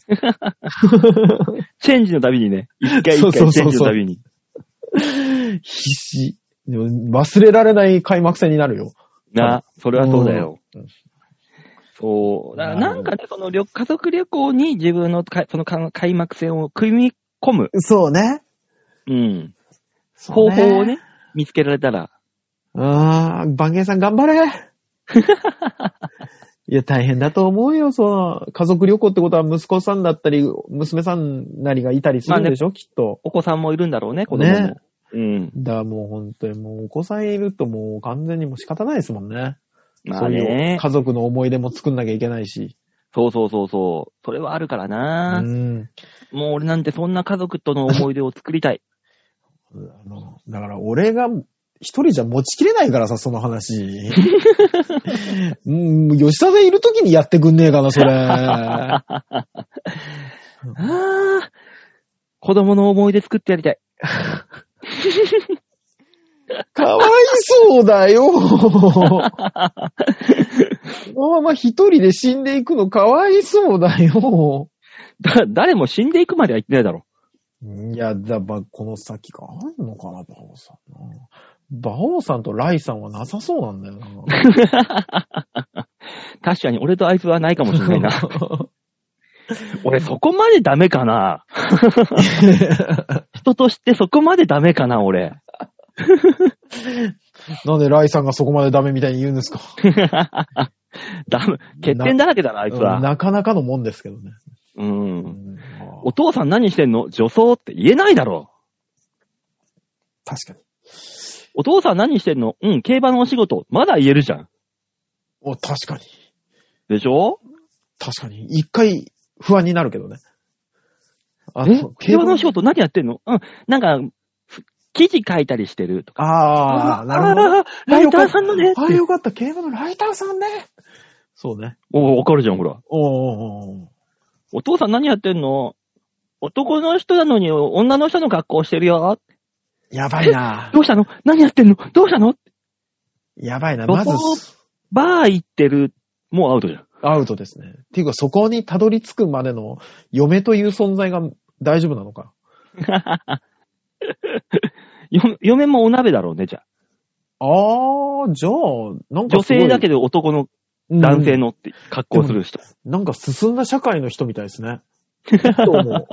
B: チェンジのたびにね。一回一
C: そうそ
B: 回
C: う
B: チ
C: そ
B: ェン
C: う
B: ジ
C: そ
B: の
C: う
B: たびに。
C: 必死。でも忘れられない開幕戦になるよ。
B: な、それはそうだよ。
C: うん
B: そう。だからなんかね、その旅、家族旅行に自分のか、そのか開幕戦を組み込む。
C: そうね。
B: うん。方法をね、見つけられたら。
C: ああ、バンゲンさん頑 張れいや、大変だと思うよ、そう。家族旅行ってことは息子さんだったり、娘さんなりがいたりするんでしょ、きっと。
B: お子さんもいるんだろうね、子供も。
C: ね
B: うん。
C: だからもう本当にもうお子さんいるともう完全にもう仕方ないですもんね。
B: まあね。
C: 家族の思い出も作んなきゃいけないし。
B: そうそうそうそう。それはあるから
C: う
B: な、
C: ん。
B: もう俺なんてそんな家族との思い出を作りたい。
C: あのだから俺が一人じゃ持ちきれないからさ、その 話。うん、吉田さんいるときにやってくんねえかな、それ。
B: ああ。子供の思い出作ってやりたい。
C: かわいそう だよ。このまま一人で死んでいくのかわいそうだよ。
B: だ、誰も死んでいくまでは言ってないだろ。
C: いや、だ、ば、この先があんのかな、バオさんな。バオさんとライさんはなさそうなんだ よな。
B: 確かに俺とあいつはないかもしれないな。俺そこまでダメかな人としてそこまでダメかな、俺。
C: なんでライさんがそこまでダメみたいに言うんですか。
B: ダメ、欠点だらけだな、あいつは。
C: なかなかのもんですけどね。
B: う。
C: うんん
B: お父さん何してんの女装って言えないだろ。
C: 確かに。
B: お父さん何してんのうん、競馬のお仕事。まだ言えるじゃん。
C: お、確かに。
B: でしょ
C: 確かに。一回不安になるけどね。あ
B: え競馬のお仕事
C: 事
B: 何やってんのうん、なんか、ふ記事書いたりしてるとか。
C: ああ、なるほど。
B: あーライターさんのねっ
C: ああ、
B: て
C: よかった。競馬のライターさんね。そうね。
B: おお、わかるじゃん、ほら。
C: おーおーおー
B: お父さん何やってんの男の人なのに女の人の格好してるよ。
C: やばいな。
B: どうしたの何やってんのどうしたの
C: やばいな。
B: どこ
C: まず、
B: バー行ってる。もうアウトじゃん。
C: アウトですね。っていうか、そこにたどり着くまでの嫁という存在が大丈夫なのか。
B: よ嫁もお鍋だろうね、じゃあ。
C: ああ、じゃあ、なんか
B: 女性だけ
C: ど、
B: ど男の
C: うん
B: 男性のって格好する人。
C: なんか進んだ社会の人みたいですね。 どうも。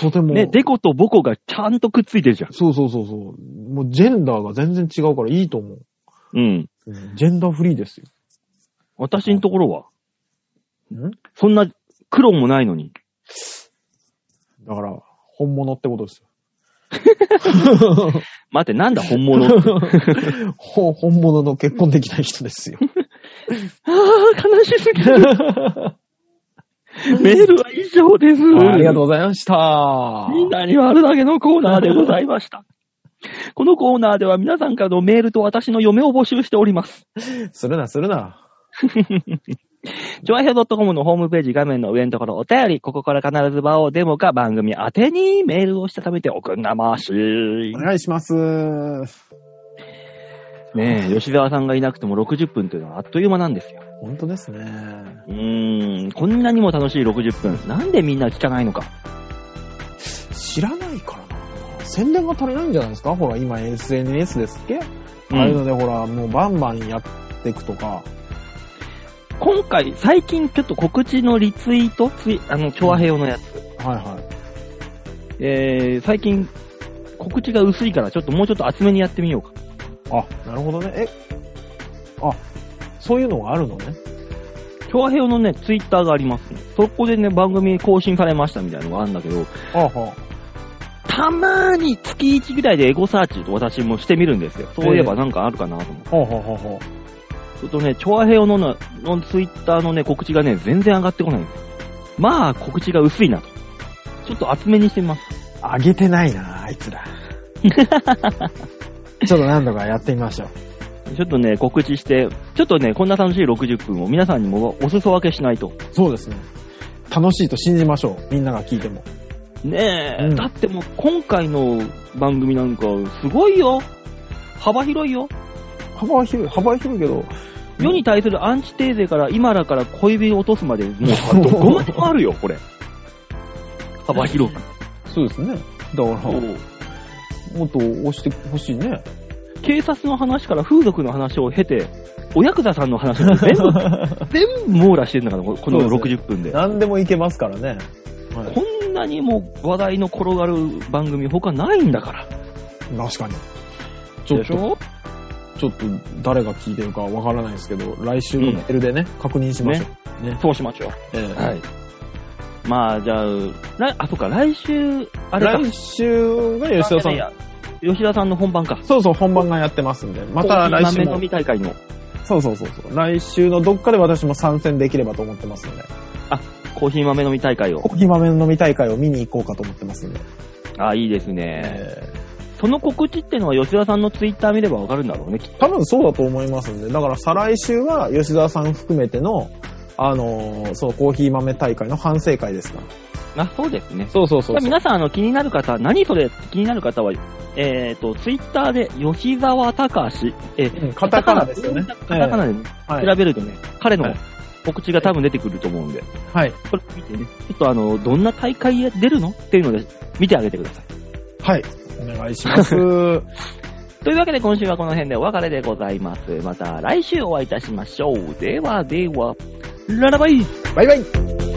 C: とても。
B: ね、デコとボコがちゃんとくっついてるじゃん。
C: そうそうそうそう。もうジェンダーが全然違うからいいと思う。
B: うん。
C: うんジェンダーフリーですよ。
B: 私のところは、
C: ん
B: そんな苦労もないのに。
C: だから、本物ってこと ですよ。
B: 待って、なんだ本物って。
C: ほ本物の結婚できない人です よ。
B: ああ、悲しすぎ る。メールは以上です。
C: ありがとうございました。
B: みんなにはあるだけのコーナーでございました。このコーナーでは皆さんからのメールと私の嫁を募集しております。
C: するな、するな。
B: ジョアヘドットコムのホームページ画面の上のところお便り、ここから必ず場をデモか番組宛てにメールをしたためておくんなまし。
C: お願いします。
B: ねえ、吉沢さんがいなくても60分というのはあっという間なんですよ。
C: 本当ですね。
B: うーん、こんなにも楽しい60分。なんでみんな聞かないのか。
C: 知らないからな。宣伝が足りないんじゃないですかほら、今 SNS ですっけ、
B: うん
C: ああいうので、ほら、もうバンバンやっていくとか。
B: 今回、最近ちょっと告知のリツイート、ツイあの、調和平和のやつ。
C: はいはい。
B: えー、最近、告知が薄いから、ちょっともうちょっと厚めにやってみようか。
C: あ、なるほどね。え、あ、そういうのがあるのね。
B: 調和平和のね、ツイッターがあります、ね。そこでね、番組更新されましたみたいなのがあるんだけど、
C: ああ、は
B: たまーに月1ぐらいでエゴサーチと私もしてみるんですよ。そういえばなんかあるかなと思って。
C: あ、はあ、はあ、は
B: ちょっとね、チョアヘヨのなのツイッターのね、告知がね、全然上がってこないんですよまあ、告知が薄いなと。ちょっと厚めにしてみます。
C: あ。あげてないな、あいつ ら。ちょっと何度かやってみましょう。
B: ちょっとね、告知して、ちょっとね、こんな楽しい60分を皆さんにもお裾分けしないと。
C: そうですね。楽しいと信じましょう。みんなが聞いても。
B: ねえ、
C: うん
B: だってもう今回の番組なんか、すごいよ。幅広いよ。
C: 幅は広い、幅は広いけど、
B: 世に対するアンチテーゼから今らから小指を落とすまで、もうどこまでもあるよ、これ。幅広く。
C: そうですね。だから、もっと押してほしいね。
B: 警察の話から風俗の話を経て、おヤクザさんの話まで全部、 全部網羅してるんだから、この
C: そうです
B: 60分で。
C: 何でもいけますからね。はい、
B: こんなにも話題の転がる番組他ないんだから。
C: 確かに。ちょ
B: で
C: っ
B: し
C: と、
B: ょ
C: ちょっと誰が聞いてるかわからないですけど、来週のメールでね、確認しましょう。ね。
B: そうしましょ
C: ええ
B: う。はい。まあ、じゃあ、来あ、そっか、来週、あれか。
C: 来週が吉田さ
B: あい
C: ん。
B: やいや吉田さんの本番か。
C: そうそう、本番がやってますんで。また
B: コー
C: 来週
B: ヒー豆
C: も
B: 飲。み大会の
C: そうそうそうそう。来週のどっかで私も参戦できればと思ってますんで。
B: コーヒー豆飲み大会を
C: コ。ーヒー豆の飲み大会を見に行こうかと思ってますんで。
B: あ、いいですね。
C: ええ
B: その告知ってのは吉田さんのツイッター見ればわかるんだろうね、きっと
C: 多分そうだと思いますんで。だから再来週は吉沢さん含めての、あのーそのコーヒー豆大会の反省会ですから。
B: あ、そうですね。
C: そうそうそ
B: 皆さん、あの、気になる方、何それって気になる方は、えっ、と、ツイッターで、吉沢隆、えー
C: うんカタカナですよね
B: カタカナで、
C: はい。
B: 調べるとね、彼
C: は
B: の
C: い
B: 告知が多分出てくると思うんで、
C: はい。
B: これ見てね、ちょっとあの、どんな大会へ出るのっていうので、見てあげてください。
C: はい。お願いします。は
B: というわけで、今週はこの辺でお別れでございます。 また来週お会いいたしましょう。では、では、ララバイ
C: いバイバイ